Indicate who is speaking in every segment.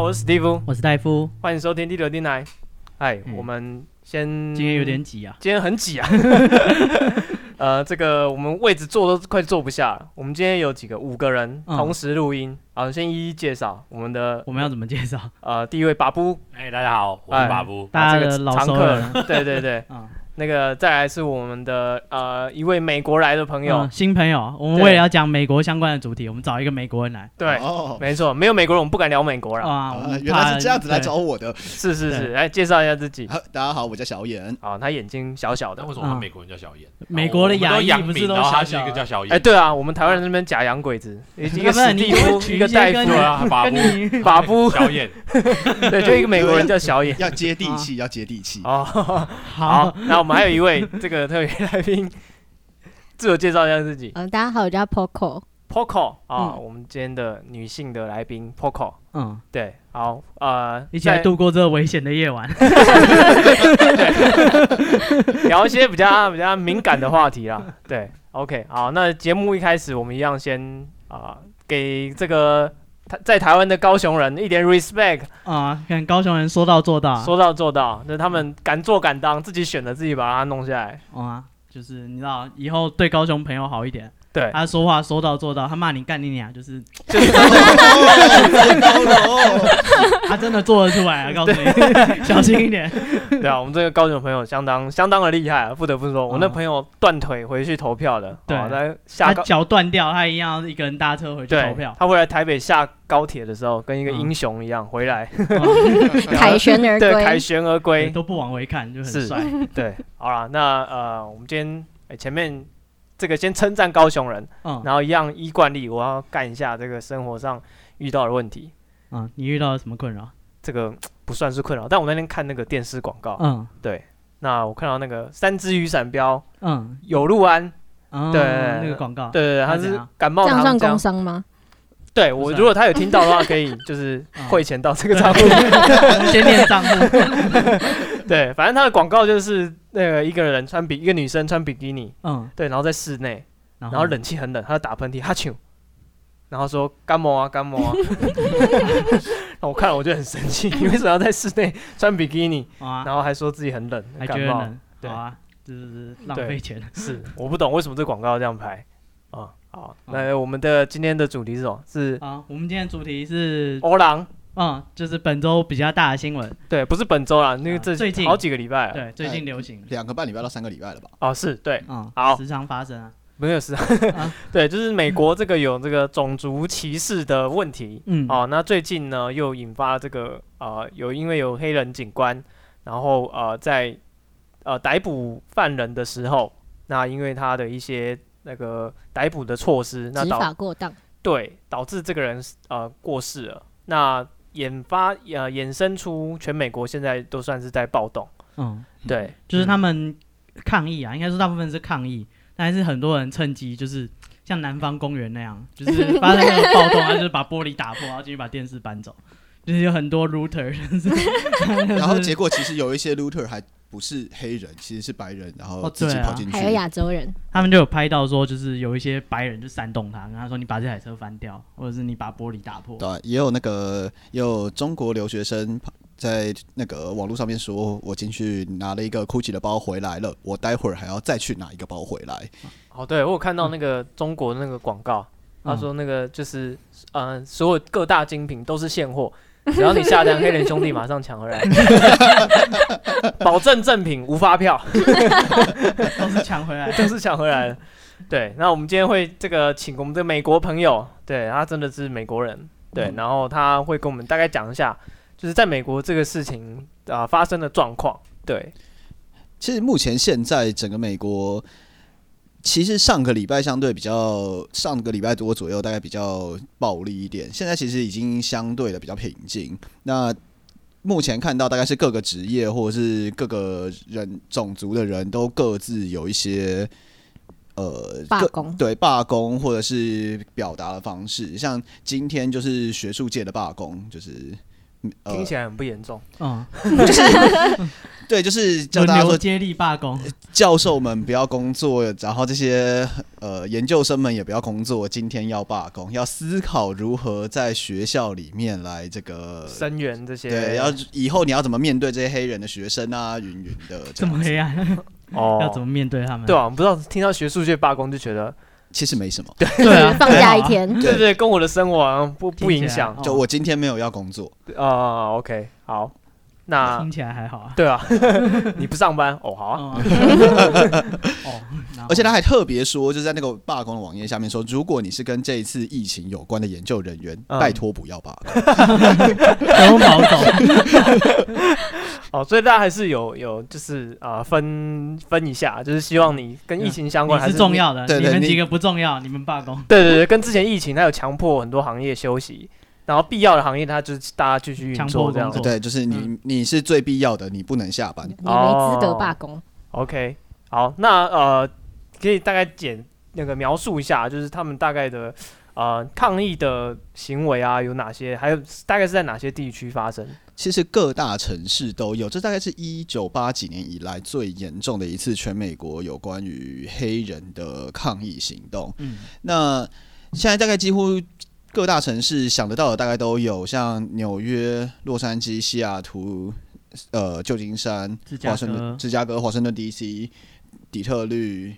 Speaker 1: 我是史蒂夫，
Speaker 2: 我是戴夫，
Speaker 1: 欢迎收听第六电台。哎，
Speaker 2: 嗯
Speaker 1: 我们先
Speaker 2: 今天有点挤啊，
Speaker 1: 今天很挤 啊。呃，这个我们位置坐都快坐不下了。我们今天有几个五个人
Speaker 2: 嗯
Speaker 1: 同时录音，好，先一一介绍我们的
Speaker 2: 我们要怎么介绍？
Speaker 1: 呃第一位把布，
Speaker 3: 哎、大家好，我
Speaker 1: 哎
Speaker 3: 是巴布。
Speaker 2: 大家
Speaker 1: 这个
Speaker 2: 的老
Speaker 1: 常
Speaker 2: 熟
Speaker 1: 客
Speaker 2: 人，
Speaker 1: 对对对，
Speaker 2: 啊，
Speaker 1: 那个再来是我们的呃一位美国来的朋友
Speaker 2: 嗯，新朋友，我们
Speaker 1: 对
Speaker 2: 为了要讲美国相关的主题，我们找一个美国人来
Speaker 1: 对，
Speaker 4: 哦，
Speaker 1: 没错，没有美国人我们不敢聊美国了，
Speaker 2: 啊，我
Speaker 4: 啊
Speaker 2: 们
Speaker 4: 原来
Speaker 2: 怕
Speaker 4: 是这样子来
Speaker 2: 对
Speaker 4: 找我的。
Speaker 1: 是是是，
Speaker 2: 对
Speaker 1: 来介绍一下自己。
Speaker 4: 好，大家好，我叫小眼。
Speaker 1: 啊，他眼睛小小的
Speaker 3: 但，为什么我
Speaker 2: 嗯
Speaker 3: 们美国人叫小眼？
Speaker 2: 美国的
Speaker 3: 我们都
Speaker 2: 亚裔
Speaker 3: 洋
Speaker 2: 不是
Speaker 3: 民
Speaker 2: 都
Speaker 3: 然后他
Speaker 2: 小
Speaker 3: 是一
Speaker 2: 小
Speaker 3: 个
Speaker 2: 的
Speaker 3: 叫小
Speaker 1: 哎、
Speaker 3: 眼。
Speaker 1: 对啊，我们台湾人那边假洋鬼 子，一个
Speaker 2: 不是
Speaker 1: 史
Speaker 2: 你
Speaker 1: 蒂
Speaker 2: 会
Speaker 1: 夫，
Speaker 2: 取
Speaker 1: 一个
Speaker 2: 一些
Speaker 1: 戴
Speaker 2: 跟
Speaker 1: 夫
Speaker 3: 对，啊，巴布
Speaker 2: 跟你
Speaker 1: 法夫，
Speaker 3: 小眼，
Speaker 1: 对，就一个美国人叫小野。
Speaker 4: 要接地气，要接地气。
Speaker 1: 哦，好
Speaker 2: 好，，
Speaker 1: 那我们还有一位这个特别来宾，自我介绍一下自己
Speaker 5: 嗯，大家好，我叫 Poco。
Speaker 1: ，Poco 啊，
Speaker 5: 嗯
Speaker 1: 我们今天的女性的来宾 Poco，
Speaker 2: 嗯，
Speaker 1: 对，好，呃，
Speaker 2: 一起来
Speaker 1: 在
Speaker 2: 度过这危险的夜晚，
Speaker 1: 聊一些比较比 较敏感的话题啦。对，OK，好，那节目一开始我们一样先啊、给这个台在台湾的高雄人一点 respect，
Speaker 2: 啊，看高雄人说到做到啊，
Speaker 1: 说到做到，那他们敢做敢当，自己选的自己把它弄下来。
Speaker 2: 嗯啊，就是你知道，以后对高雄朋友好一点，
Speaker 1: 对，
Speaker 2: 他说话说到做到，他骂你干你娘，就是
Speaker 1: 就是
Speaker 4: 哦糟糕了哦
Speaker 2: 他真的做得出来啊，告诉你， 小心一 点，
Speaker 1: 对啊，我们这个高雄朋友相当相当的厉害、啊，不得不说，我那
Speaker 2: 嗯
Speaker 1: 朋友断腿回去投票的，
Speaker 2: 对
Speaker 1: 哦那下
Speaker 2: 他
Speaker 1: 高
Speaker 2: 脚断掉，他一样要一个人搭车回去投
Speaker 1: 对
Speaker 2: 票，，
Speaker 1: 他会来台北下高铁的时候，跟一个
Speaker 2: 嗯
Speaker 1: 英雄一样回来，
Speaker 2: 嗯
Speaker 4: 啊
Speaker 5: 凯旋而
Speaker 1: 对，凯
Speaker 5: 归。
Speaker 1: 旋而归，
Speaker 2: 都不往回看，就很
Speaker 1: 是
Speaker 2: 帅。
Speaker 1: 对，好了，那呃，我们今天、哎前面这个先称赞高雄人，
Speaker 2: 嗯
Speaker 1: 然后一样依惯例，我要干一下这个生活上遇到的问题，
Speaker 2: 嗯，你遇到了什么困扰？
Speaker 1: 这个不算是困扰，但我那天看那个电视广告，
Speaker 2: 嗯
Speaker 1: 对，那我看到那个三只雨伞标
Speaker 2: 嗯，
Speaker 1: 有路安，
Speaker 2: 哦
Speaker 1: 对
Speaker 2: 那个广告，
Speaker 1: 对对对，
Speaker 2: 那
Speaker 1: 他
Speaker 2: 怎
Speaker 1: 是
Speaker 2: 样
Speaker 1: 感冒
Speaker 5: 这
Speaker 1: 糖
Speaker 5: 样算工
Speaker 1: 浆。
Speaker 5: 伤吗？
Speaker 1: 对我，
Speaker 2: 不是啊
Speaker 1: 如果他有听到的话，可 以就是
Speaker 2: 嗯
Speaker 1: 汇钱到这个账 户。
Speaker 2: 先练 账户。
Speaker 1: 对，反正他的广告就是那个一个人穿比一个女生穿比基尼，
Speaker 2: 嗯，
Speaker 1: 对，然后在室内，
Speaker 2: 然
Speaker 1: 然后冷气很冷，他就打喷嚏，哈啾，然后说干毛啊干毛 啊。然后我看了我就很生气， 你为什么要在室内穿比基尼，
Speaker 2: 好啊，
Speaker 1: 然后还说自己很冷
Speaker 2: 还觉
Speaker 1: 感
Speaker 2: 得
Speaker 1: 冒？
Speaker 2: 冷，
Speaker 1: 对
Speaker 2: 好啊，这是浪费钱。
Speaker 1: 是，我不懂为什么这广告这样拍啊。好，
Speaker 2: 嗯
Speaker 1: 那我们的今天的主题是什么？是
Speaker 2: 啊，我们今天的主题是，
Speaker 1: 欧郎，
Speaker 2: 嗯，就是本周比较大的新闻，
Speaker 1: 对，不是本周啦，那个
Speaker 2: 啊
Speaker 1: 这
Speaker 2: 最近
Speaker 1: 好几个礼拜了。
Speaker 2: 对，最近流行的，
Speaker 4: 两个半礼拜到三个礼拜了吧？
Speaker 1: 哦，是对，
Speaker 2: 嗯，
Speaker 1: 好
Speaker 2: 时常发生啊，
Speaker 1: 没有事，
Speaker 2: 啊
Speaker 1: 对，就是美国这个有这个种族歧视的问题。
Speaker 2: 嗯，
Speaker 1: 哦，那最近呢又引发这个呃，有因为有黑人警官，然后呃在呃逮捕犯人的时候，那因为他的一些那个逮捕的措施，那
Speaker 5: 执
Speaker 1: 导
Speaker 5: 法过当，
Speaker 1: 对导致这个人呃过世了，那引发呃衍生出全美国现在都算是在暴动，
Speaker 2: 嗯，
Speaker 1: 对，
Speaker 2: 就是他们抗议啊，应该说大部分是抗议，但是很多人趁机就是。像南方公园那样，就是发生那个暴动，他就是把玻璃打破，然后进去把电视搬走，就是有很多 router，就是
Speaker 4: 然后结果其实有一些 looter 还不是黑人，其实是白人，然后
Speaker 2: 哦
Speaker 4: 自己
Speaker 2: 对啊
Speaker 4: 跑进去。
Speaker 5: 还有亚洲人，
Speaker 2: 他们就有拍到说，就是有一些白人就煽动他，跟他说你把这台车翻掉，或者是你把玻璃打破。
Speaker 4: 对啊，也有那个也有中国留学生在那个网络上面说，我进去拿了一个 GUCCI 的包回来了，我待会儿还要再去拿一个包回来。
Speaker 1: 哦，对我有看到那个中国那个广告，他说那个就是，嗯、呃，所有各大精品都是现货，只要你下单，黑人兄弟马上抢回来，保证正品无发票，
Speaker 2: 都是抢回来。
Speaker 1: 都是抢回来的。对，那我们今天会这个请我们的美国朋友，对他真的是美国人，对，然后他会跟我们大概讲一下，就是在美国这个事情啊、发生的状况。对，
Speaker 4: 其实目前现在整个美国，其实上个礼拜相对比较上个礼拜多左右，大概比较暴力一点。现在其实已经相对的比较平静。那目前看到大概是各个职业或者是各个人种族的人都各自有一些呃
Speaker 5: 罢
Speaker 4: 各
Speaker 5: 工
Speaker 4: 对罢工或者是表达的方式，像今天就是学术界的罢工，就是。嗯呃
Speaker 1: 听起来很不严重，
Speaker 2: 嗯，
Speaker 4: 对，就是叫
Speaker 2: 轮
Speaker 4: 大家
Speaker 2: 流
Speaker 4: 说，
Speaker 2: 接力罢 工，
Speaker 4: 教授们不要工作，然后这些呃研究生们也不要工作，今天要罢工，要思考如何在学校里面来这个。
Speaker 1: 声援这些，
Speaker 4: 呃对，要以后你要怎么面对这些黑人的学生啊，云云的这
Speaker 2: 这
Speaker 4: 样
Speaker 2: 么
Speaker 4: 子
Speaker 2: 黑暗，
Speaker 1: 哦，
Speaker 2: 要怎么面对他们？
Speaker 1: 对啊，我不知道听到学数学罢工就觉得，
Speaker 4: 其实没什么。
Speaker 2: 对啊，哦
Speaker 5: 放假一天，
Speaker 1: 对对，跟我的生活好像不不影响
Speaker 2: 听起来
Speaker 4: 就我今天没有要工作，
Speaker 1: 啊。OK，好，
Speaker 2: 哦，
Speaker 1: 那
Speaker 2: 听起来还好啊。
Speaker 1: 对啊， 你不上班哦，好啊，
Speaker 2: 哦，哦然后
Speaker 4: 而且他还特别说，就是在那个罢工的网页下面说，如果你是跟这一次疫情有关的研究人员，
Speaker 1: 嗯
Speaker 4: 拜托不要罢工。
Speaker 2: 都跑 走，
Speaker 1: 哦，所以大家还是有有就是啊分分一下，就是希望你跟疫情相关
Speaker 2: 啊
Speaker 1: 还
Speaker 2: 你是重，要的，
Speaker 4: 对
Speaker 2: 你
Speaker 4: 对
Speaker 2: 们
Speaker 4: 你
Speaker 2: 几个不重要，你们罢工。
Speaker 1: 对对对，跟之前疫情它有强迫很多行业休息，然后必要的行业它就是大家继续运
Speaker 2: 强
Speaker 1: 作
Speaker 2: 迫
Speaker 1: 这样
Speaker 2: 工作。
Speaker 4: 对，就是你、你是最必要的，你不能下班。
Speaker 5: 你没资格罢工。
Speaker 1: OK，好，那呃，可以大概简那个描述一下，就是他们大概的呃抗议的行为啊有哪些，还有大概是在哪些地区发生？
Speaker 4: 其实各大城市都有，这大概是一九八几年以来最严重的一次全美国有关于黑人的抗议行动。
Speaker 2: 嗯，
Speaker 4: 那现在大概几乎各大城市想得到的大概都有，像纽约、洛杉矶、西雅图、呃旧金山、
Speaker 2: 芝加
Speaker 4: 华盛
Speaker 2: 哥
Speaker 4: 顿、芝加哥、华盛顿 D.C.、底特律、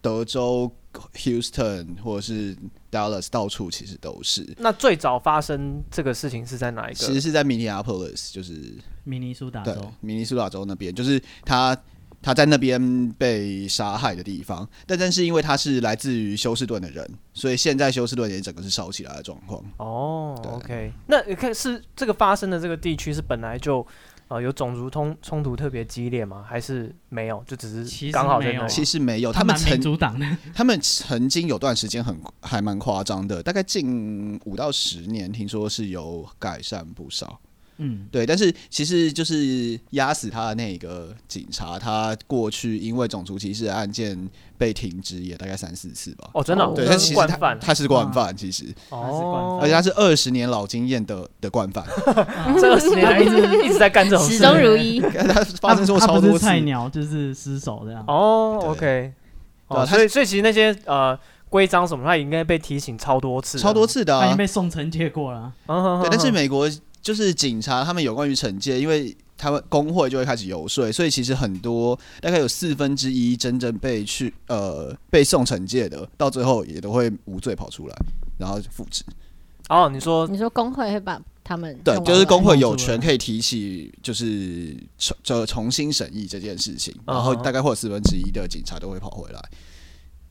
Speaker 4: 德州、Houston 或者是 Dallas，到处其实都是。
Speaker 1: 那最早发生这个事情是在哪一
Speaker 4: 其
Speaker 1: 个
Speaker 4: 实？是在 Minneapolis，就是
Speaker 2: 明尼苏达
Speaker 4: 对哦
Speaker 2: 州，
Speaker 4: 明尼苏达州那边，就是他他在那边被杀害的地方。但但是因为他是来自于休斯顿的人，所以现在休斯顿也整个是烧起来的状况。
Speaker 1: 哦
Speaker 4: 对
Speaker 1: ，OK，那你看是这个发生的这个地区是本来就呃有种族冲冲突特别激烈吗？还是没有？就只是
Speaker 2: 其实
Speaker 1: 刚好在
Speaker 2: 没有
Speaker 1: 那
Speaker 2: 啊
Speaker 1: 里
Speaker 4: 其实没有，
Speaker 2: 他
Speaker 4: 他们
Speaker 2: 蛮民
Speaker 4: 曾
Speaker 2: 主党的，
Speaker 4: 他们曾经有段时间很还蛮夸张的，大概近五到十年，听说是有改善不少。
Speaker 2: 嗯，
Speaker 4: 对，但是其实就是压死他的那个警察，他过去因为种族歧视的案件被停职也大概三四次吧。
Speaker 1: 哦，真的哦、
Speaker 4: 对，
Speaker 1: 他
Speaker 4: 但其
Speaker 1: 是
Speaker 4: 实
Speaker 1: 惯
Speaker 4: 他
Speaker 1: 犯
Speaker 4: 他是
Speaker 2: 啊
Speaker 4: 惯犯，其实，
Speaker 1: 哦，
Speaker 4: 而且他是二十年老经验的的惯 犯，
Speaker 1: 这二十年来一直一直在干哦这种
Speaker 5: 始
Speaker 1: 事。
Speaker 5: 终如一，
Speaker 4: 他发生过
Speaker 2: 他
Speaker 4: 超
Speaker 2: 不
Speaker 4: 多
Speaker 2: 是
Speaker 4: 次。
Speaker 2: 菜鸟就是失手这样。
Speaker 1: 哦
Speaker 4: 对
Speaker 1: ，OK，
Speaker 4: 对啊
Speaker 1: 哦，
Speaker 4: 他
Speaker 1: 所以所以其实那些呃规章什么，他应该被提醒超多次，
Speaker 4: 超多，次的、
Speaker 2: 他已
Speaker 4: 啊
Speaker 2: 经，被送惩戒过了，
Speaker 1: 嗯哼
Speaker 4: 对，但是
Speaker 1: 哼
Speaker 4: 美国就是警察他们有关于惩戒，因为他们工会就会开始游说，所以其实很多大概有四分之一真正被去呃被送惩戒的，到最后也都会无罪跑出来，然后复职。
Speaker 1: 哦，你说
Speaker 5: 你说工会会把他们
Speaker 4: 对，
Speaker 5: 弄
Speaker 4: 就是
Speaker 5: 过来
Speaker 4: 工会有权可以提起就是重就重新审议这件事情，
Speaker 1: 嗯哼
Speaker 4: 然后大概会有四分之一的警察都会跑回来，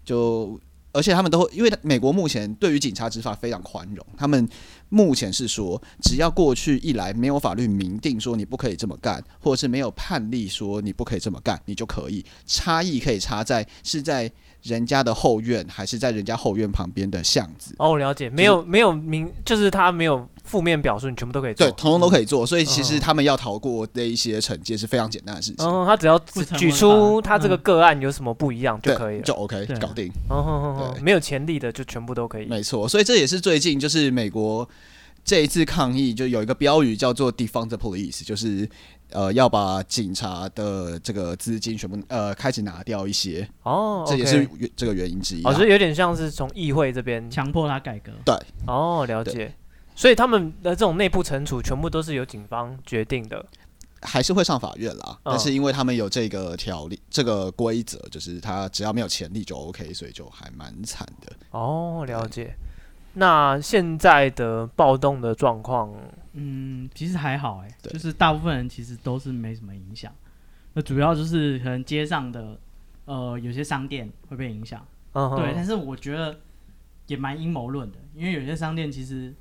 Speaker 4: 就。而且他们都会，因为美国目前对于警察执法非常宽容，他们目前是说，只要过去一来没有法律明定说你不可以这么干，或者是没有判例说你不可以这么干，你就可以。差异可以差在是在人家的后院，还是在人家后院旁边的巷子。
Speaker 1: 哦，我了解，没有没有明，就是他没有负面表述，你全部都可以做
Speaker 4: 对，，统统都可以做。所以其
Speaker 1: 嗯
Speaker 4: 实他们要逃过这一些惩戒是非常简单的事情，
Speaker 1: 嗯，他只要
Speaker 2: 不成
Speaker 1: 举
Speaker 2: 文
Speaker 1: 出
Speaker 2: 法
Speaker 1: 他这个
Speaker 2: 嗯
Speaker 1: 个案有什么不一样就
Speaker 4: 对，
Speaker 1: 可以了
Speaker 4: 就，OK
Speaker 2: 对啊
Speaker 4: 搞定，
Speaker 1: 嗯哼哼哼
Speaker 4: 对
Speaker 1: 没有潜力的就全部都可以，
Speaker 4: 没错。所以这也是最近就是美国这一次抗议，就有一个标语叫做 “Defund the Police”，就是呃要把警察的这个资金全部呃开始拿掉一些，
Speaker 1: 哦，
Speaker 4: 这也
Speaker 1: OK
Speaker 4: 是原这个原因之一
Speaker 1: 哦，
Speaker 4: 啦。
Speaker 1: 所以有点像是从议会这边，
Speaker 2: 强迫他改革。
Speaker 1: 哦，了
Speaker 4: 对
Speaker 1: 解。所以他们的这种内部惩处全部都是由警方决定的，
Speaker 4: 还是会上法院啦，
Speaker 1: 嗯
Speaker 4: 但是因为他们有这个条例、这个规则，就是他只要没有潜力就 OK，所以就还蛮惨的。
Speaker 1: 哦，了
Speaker 4: 对
Speaker 1: 解。那现在的暴动的状况，
Speaker 2: 嗯，其实还好哎、
Speaker 4: 对
Speaker 2: 就是大部分人其实都是没什么影响。那主要就是可能街上的呃有些商店会被影响，
Speaker 1: 嗯哼，
Speaker 2: 对。但是我觉得也蛮阴谋论的，因为有些商店其实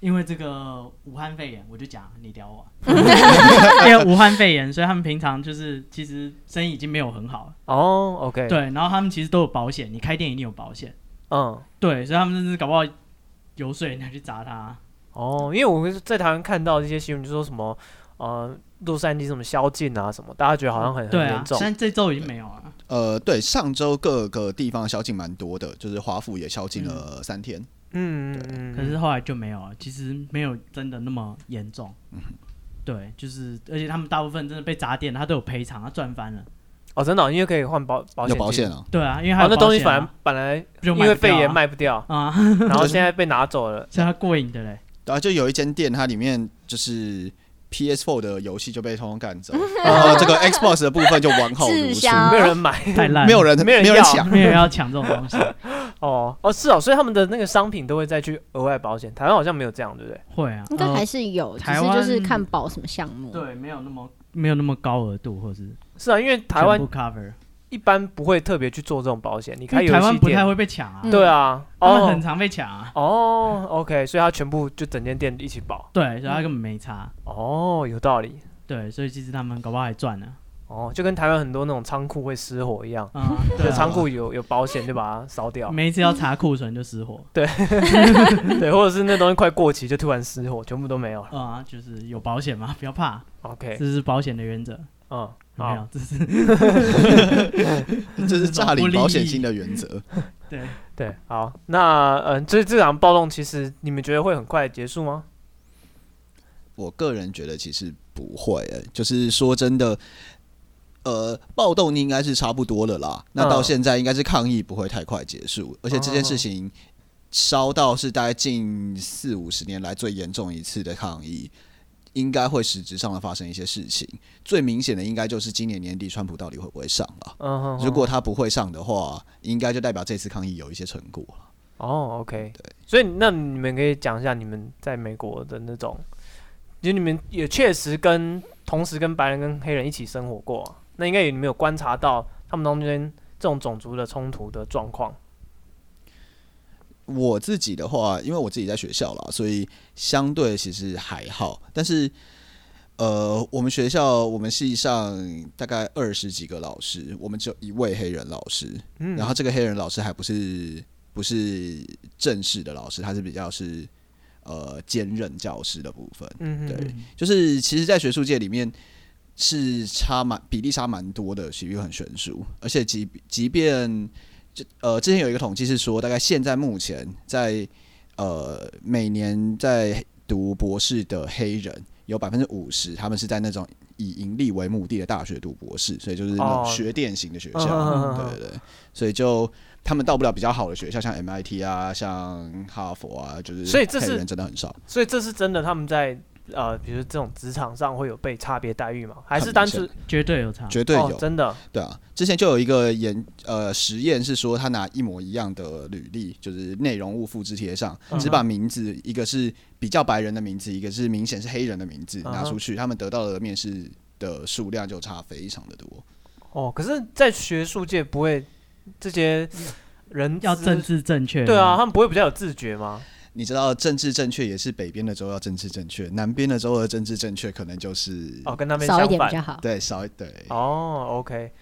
Speaker 2: 因为这个武汉肺炎，我就讲你屌我，啊 因为武汉肺炎，所以他们平常就是其实生意已经没有很好了，
Speaker 1: 哦，OK，，
Speaker 2: 对。然后他们其实都有保险，你开店一定有保险，
Speaker 1: 嗯，
Speaker 2: 对。所以他们甚至搞不好游说人家去砸他，啊
Speaker 1: 哦，因为我在台湾看到这些新闻，就说什么呃，洛杉矶什么宵禁啊什么，大家觉得好像很、
Speaker 2: 对
Speaker 1: 很
Speaker 2: 啊
Speaker 1: 严。重
Speaker 2: 现，在这周已经没有了。
Speaker 4: 呃，对，上周各个地方宵禁蛮多的，就是华府也宵禁了三天。
Speaker 1: 嗯嗯嗯，
Speaker 4: 嗯
Speaker 2: 可是后来就没有了，其实没有真的那么严重。对，就是而且他们大部分真的被砸店，他都有赔偿，他赚翻了。
Speaker 1: 哦，真的哦，因为可以换保保
Speaker 4: 有
Speaker 1: 险，
Speaker 4: 保险。啊，
Speaker 2: 对啊，因为他
Speaker 1: 哦，
Speaker 2: 有
Speaker 1: 那
Speaker 2: 保
Speaker 1: 东西
Speaker 2: 险
Speaker 1: 反
Speaker 2: 啊
Speaker 1: 而本来
Speaker 2: 就
Speaker 1: 因
Speaker 2: 卖不
Speaker 1: 为肺
Speaker 2: 掉啊
Speaker 1: 炎卖不掉，
Speaker 2: 啊，
Speaker 1: 然后现在被拿走了。
Speaker 2: 所以他过瘾的嘞。
Speaker 4: 对啊，就有一间店，它里面就是 PS4 的游戏就被通通干走，然后这个 Xbox 的部分就完好如
Speaker 5: 滞
Speaker 4: 初，
Speaker 5: 销
Speaker 1: 没有人买
Speaker 2: 太烂了，
Speaker 4: 没有人
Speaker 1: 没有人
Speaker 4: 没有人
Speaker 1: 要
Speaker 4: 抢，
Speaker 2: 没有人要抢这种东西，
Speaker 1: 哦哦是哦，所以他们的那个商品都会再去额外保险。台湾好像没有这样，对不对？
Speaker 2: 会啊，
Speaker 5: 应该
Speaker 2: 呃
Speaker 4: 嗯
Speaker 5: 还是有，只
Speaker 2: 台
Speaker 5: 是就是
Speaker 2: 湾
Speaker 5: 看保什么项目。
Speaker 2: 对，没有那么没有那么高额度，或是
Speaker 1: 是啊，因为台湾
Speaker 2: 全部 cover，
Speaker 1: 一般不会特别去做这种保险。你
Speaker 2: 因
Speaker 1: 开
Speaker 2: 为
Speaker 1: 游
Speaker 2: 台湾
Speaker 1: 戏
Speaker 2: 不太
Speaker 1: 店，
Speaker 2: 会被抢啊，
Speaker 5: 嗯
Speaker 1: 对啊，
Speaker 2: 他们很
Speaker 1: 哦
Speaker 2: 常被抢啊，
Speaker 1: 哦，OK，所以他全部就整间店一起保。
Speaker 2: 对，所以他根本没差，
Speaker 1: 哦，有道理。
Speaker 2: 对，所以其实他们搞不好还赚呢，
Speaker 1: 哦，就跟台湾很多那种仓库会失火一样，
Speaker 2: 啊，对
Speaker 1: 就
Speaker 2: 啊
Speaker 1: 仓库 有有保险就把它烧掉，
Speaker 2: 每一次要查库存就失火，
Speaker 1: 对，或者是那东西快过期就突然失火，全部都没有了。
Speaker 2: 啊，就是有保险嘛，不要怕，这
Speaker 1: OK，
Speaker 2: 是保险的原则，
Speaker 1: 嗯，
Speaker 2: 有没有
Speaker 1: 好，，
Speaker 2: 这是
Speaker 4: 这 是诈
Speaker 2: 不
Speaker 4: 领
Speaker 2: 利
Speaker 4: 保险
Speaker 2: 益
Speaker 4: 金的原则。
Speaker 2: 对，
Speaker 1: 对，好，那嗯，这这场暴动其实你们觉得会很快结束吗？
Speaker 4: 我个人觉得其实不会、欸，就是说真的，呃，暴动应该是差不多了啦。那到现在应该是抗议不会太快结束，而且这件事情烧到是大概近四五十年来最严重一次的抗议。应该会实质上的发生一些事情，最明显的应该就是今年年底川普到底会不会上了。
Speaker 1: 嗯哼哼，
Speaker 4: 如果他不会上的话，应该就代表这次抗议有一些成果了。
Speaker 1: 哦，OK，所以那你们可以讲一下你们在美国的那种，就你们也确实跟同时跟白人跟黑人一起生活过啊、那应该也你们有观察到他们中间这种种族的冲突的状况。
Speaker 4: 我自己的话，因为我自己在学校啦，所以相对其实还好。但是，呃，我们学校我们系上大概二十几个老师，我们只有一位黑人老师，
Speaker 1: 嗯，
Speaker 4: 然后这个黑人老师还不是不是正式的老师，他是比较是呃兼任教师的部分。
Speaker 1: 嗯
Speaker 4: 对
Speaker 1: 哼
Speaker 2: 嗯
Speaker 4: 就是其实，在学术界里面是差蛮比例差蛮多的，体育很悬殊，而且即即便这呃之前有一个统计是说，大概现在目前在呃每年在读博士的黑人有百分之五十，他们是在那种以盈利为目的的大学读博士，所以就是那种
Speaker 1: 哦
Speaker 4: 学电型的学
Speaker 1: 嗯
Speaker 4: 校，
Speaker 1: 嗯嗯嗯
Speaker 4: 对对对，所以就。他们到不了比较好的学校，像 MIT 啊，像哈佛啊，就是
Speaker 1: 所以这是
Speaker 4: 黑人真的很少。
Speaker 1: 所以这是真的，他们在呃，比如这种职场上会有被差别待遇吗？还
Speaker 4: 很
Speaker 1: 是
Speaker 4: 明
Speaker 1: 单
Speaker 4: 显
Speaker 1: 纯
Speaker 2: 绝对有差，
Speaker 4: 绝对有、
Speaker 1: 哦、真的？
Speaker 4: 对啊，之前就有一个研呃实验是说，他拿一模一样的履历，就是内容物复制贴上，
Speaker 1: 嗯哼
Speaker 4: 只把名字一个是比较白人的名字，一个是明显是黑人的名字
Speaker 1: 嗯哼
Speaker 4: 拿出去，他们得到的面试的数量就差非常的多。
Speaker 1: 哦，可是，在学术界不会这些人
Speaker 2: 要
Speaker 1: 资
Speaker 2: 政治正确，
Speaker 1: 对啊，，他们不会比较有自觉吗？
Speaker 4: 你知道政治正确也是北边的州要政治正确，南边的州的政治正确可能就是
Speaker 1: 哦，跟他们
Speaker 5: 少一
Speaker 1: 相
Speaker 5: 点比
Speaker 1: 反。
Speaker 5: 较好。
Speaker 4: 对少一对
Speaker 1: 哦，OK，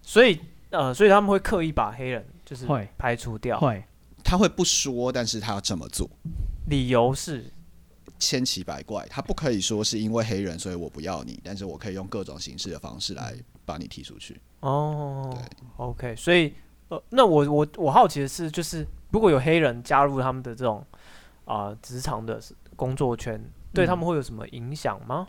Speaker 1: 所以呃，所以他们会刻意把黑人就是
Speaker 2: 会
Speaker 1: 排除掉，
Speaker 2: 会
Speaker 4: 他会不说，但是他要这么做。
Speaker 1: 理由是
Speaker 4: 千奇百怪，他不可以说是因为黑人所以我不要你，但是我可以用各种形式的方式来把你踢出去。
Speaker 1: 哦，OK，所以呃，那我我我好奇的是，就是如果有黑人加入他们的这种啊职、场的工作圈，对
Speaker 2: 嗯
Speaker 1: 他们会有什么影响吗？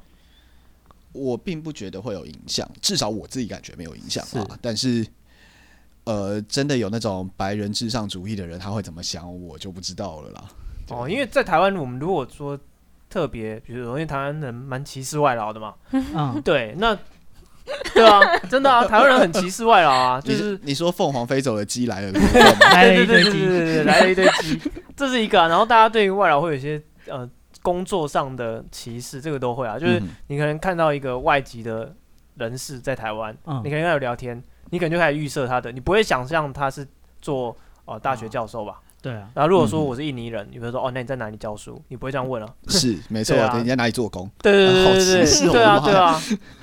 Speaker 4: 我并不觉得会有影响，至少我自己感觉没有影响
Speaker 1: 是
Speaker 4: 啊。但是，呃，真的有那种白人至上主义的人，他会怎么想，我就不知道了啦。对
Speaker 1: 哦，因为在台湾，我们如果说特别，比如说因为台湾人蛮歧视外劳的嘛，
Speaker 2: 嗯，
Speaker 1: 对，那对啊，真的啊，台湾人很歧视外劳啊，就
Speaker 4: 你
Speaker 1: 是
Speaker 4: 你说凤凰飞走的鸡来 了，对不对
Speaker 2: 来了
Speaker 1: 对
Speaker 2: 一
Speaker 1: 对对对
Speaker 2: 堆鸡，
Speaker 1: 对对，来了一堆鸡，这是一个啊、然后大家对于外劳会有一些呃工作上的歧视，这个都会啊。就是
Speaker 4: 嗯
Speaker 1: 你可能看到一个外籍的人士在台湾，
Speaker 2: 嗯
Speaker 1: 你可能跟他有聊天，你可能就开始预设他的，你不会想象他是做呃大学教授吧？
Speaker 2: 对啊，
Speaker 1: 然后如果说
Speaker 4: 嗯
Speaker 1: 我是印尼人，你会说哦，那你在哪里教书？你不会这样问啊？
Speaker 4: 是没错
Speaker 1: 对啊，
Speaker 4: 你在哪里做工？
Speaker 1: 对对对
Speaker 4: 好
Speaker 1: 对对
Speaker 4: 歧
Speaker 1: 对，
Speaker 4: 视哦
Speaker 1: 对
Speaker 4: 我
Speaker 1: 啊
Speaker 4: 的妈
Speaker 1: 对
Speaker 4: 呀
Speaker 1: 啊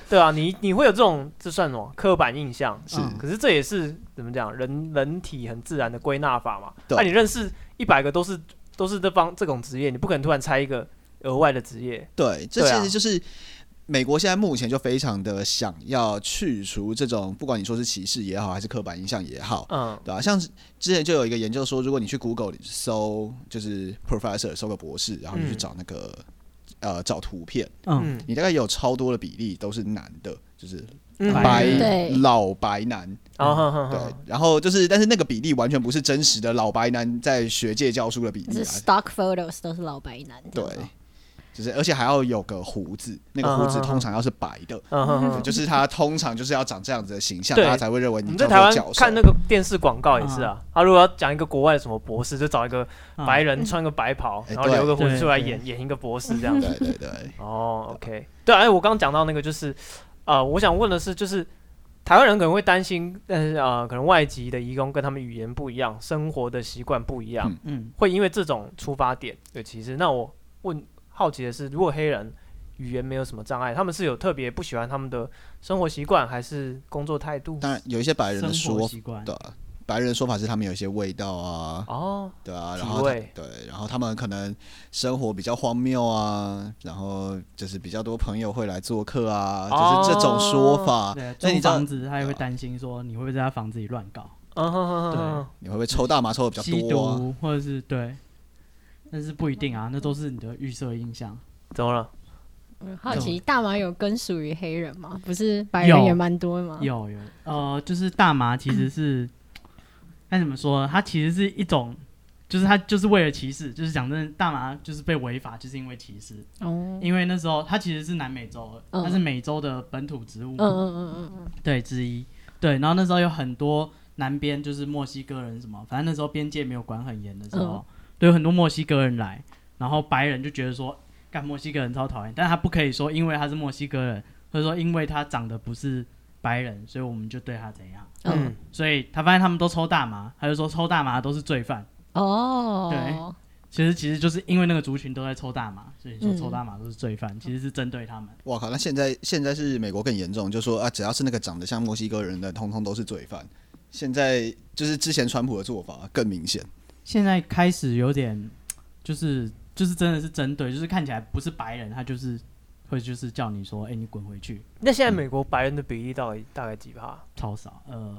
Speaker 1: 对啊，你你会有这种这算什么刻板印象？
Speaker 4: 是
Speaker 2: 嗯
Speaker 1: 可是这也是怎么讲，人人体很自然的归纳法嘛。
Speaker 4: 对
Speaker 1: 那、你认识一百个都是都是这方这种职业，你不可能突然拆一个额外的职业。
Speaker 4: 对，这
Speaker 1: 对啊
Speaker 4: 其实就是。美国现在目前就非常的想要去除这种，不管你说是歧视也好，还是刻板印象也好，
Speaker 1: 嗯，
Speaker 4: 对啊，像是之前就有一个研究说，如果你去 Google 搜就是 professor 搜个博士，然后你去
Speaker 1: 嗯
Speaker 4: 找那个呃找图片，
Speaker 2: 嗯，
Speaker 1: 嗯
Speaker 4: 你大概有超多的比例都是男的，就是
Speaker 1: 嗯
Speaker 4: 白
Speaker 2: 人
Speaker 5: 对
Speaker 4: 老白男，
Speaker 1: 啊哈哈
Speaker 4: 对
Speaker 1: 哈，，
Speaker 4: 然后就是但是那个比例完全不是真实的老白男在学界教书的比例
Speaker 5: 是
Speaker 4: 啊，
Speaker 5: stock photos 都是老白男这
Speaker 4: 对
Speaker 5: 样子哦。，
Speaker 4: 就是而且还要有个胡子，那个
Speaker 1: 嗯
Speaker 4: 胡子
Speaker 1: 嗯嗯
Speaker 4: 通常要是白的，
Speaker 1: 啊哈哈
Speaker 4: 对就是他通常就是要长这样子的形象，
Speaker 1: 对
Speaker 4: 大家才会认为
Speaker 1: 我
Speaker 4: 你
Speaker 1: 们
Speaker 4: 叫
Speaker 1: 在台
Speaker 4: 做
Speaker 1: 湾
Speaker 4: 教授。
Speaker 1: 看那个电视广告也是啊，他如果要讲一个国外的什么博士，就找一个
Speaker 2: 嗯
Speaker 1: 白人穿个白袍，
Speaker 4: 哎
Speaker 1: 然后留个胡子
Speaker 2: 对
Speaker 1: 出来
Speaker 2: 对
Speaker 1: 演演一个博士这样子。
Speaker 4: 对对对，
Speaker 1: 哦，OK，对，哎，我刚刚讲到那个就是，呃，我想问的是，就是台湾人可能会担心，但是呃，可能外籍的移工跟他们语言不一样，生活的习惯不一样，
Speaker 4: 嗯
Speaker 2: 嗯，
Speaker 1: 会因为这种出发点有歧视。那我问好奇的是，如果黑人语言没有什么障碍，他们是有特别不喜欢他们的生活习惯还是工作态度？
Speaker 4: 当然有一些白人
Speaker 2: 生
Speaker 4: 的
Speaker 2: 活
Speaker 4: 说
Speaker 2: 习惯，
Speaker 4: 对啊，白人的说法是他们有一些味道啊，
Speaker 1: 哦，
Speaker 4: 对啊，
Speaker 1: 体
Speaker 4: 然后他
Speaker 1: 味
Speaker 4: 对，然后他们可能生活比较荒谬啊，然后就是比较多朋友会来做客啊，就是这种说法。
Speaker 2: 哦对，
Speaker 4: 那你
Speaker 2: 租
Speaker 4: 知道
Speaker 2: 房子他也会担心说你会不会在他房子里乱搞、
Speaker 1: 嗯哼哼哼哼，
Speaker 4: 你会不会抽大麻抽的比
Speaker 2: 吸
Speaker 4: 较多、啊？
Speaker 2: 毒，或者是对，但是不一定啊，那都是你的预设印象。
Speaker 1: 怎么了？
Speaker 5: 嗯，好奇大麻有跟属于黑人吗？不是白人
Speaker 2: 有
Speaker 5: 也蛮多的
Speaker 1: 啊
Speaker 5: 吗？
Speaker 2: 有有，呃，就是大麻其实是，该怎么说呢？它其实是一种，就是它就是为了歧视，就是讲真的，大麻就是被违法，就是因为歧视。
Speaker 5: 哦，
Speaker 2: 因为那时候它其实是南美洲的，
Speaker 5: 嗯
Speaker 2: 它是美洲的本土植物
Speaker 5: 嗯，嗯嗯嗯嗯，
Speaker 2: 对之一。对，然后那时候有很多南边就是墨西哥人什么，反正那时候边界没有管很严的时
Speaker 5: 嗯
Speaker 2: 候，对，有很多墨西哥人来，然后白人就觉得说，干墨西哥人超讨厌，但是他不可以说因为他是墨西哥人，或者说因为他长得不是白人，所以我们就对他怎样。
Speaker 1: 嗯，
Speaker 2: 所以他发现他们都抽大麻，他就说抽大麻都是罪犯。
Speaker 5: 哦，
Speaker 2: 其实其实就是因为那个族群都在抽大麻，所以说
Speaker 5: 嗯
Speaker 2: 抽大麻都是罪犯，其实是针对他们。
Speaker 4: 哇靠！那现在现在是美国更严重，就说啊，只要是那个长得像墨西哥人的，通通都是罪犯。现在就是之前川普的做法更明显，
Speaker 2: 现在开始有点，就是就是真的是针对，就是看起来不是白人，他就是会就是叫你说，哎、你滚回去，
Speaker 1: 那现在美国白人的比例到底大概几趴？
Speaker 2: 超少，呃，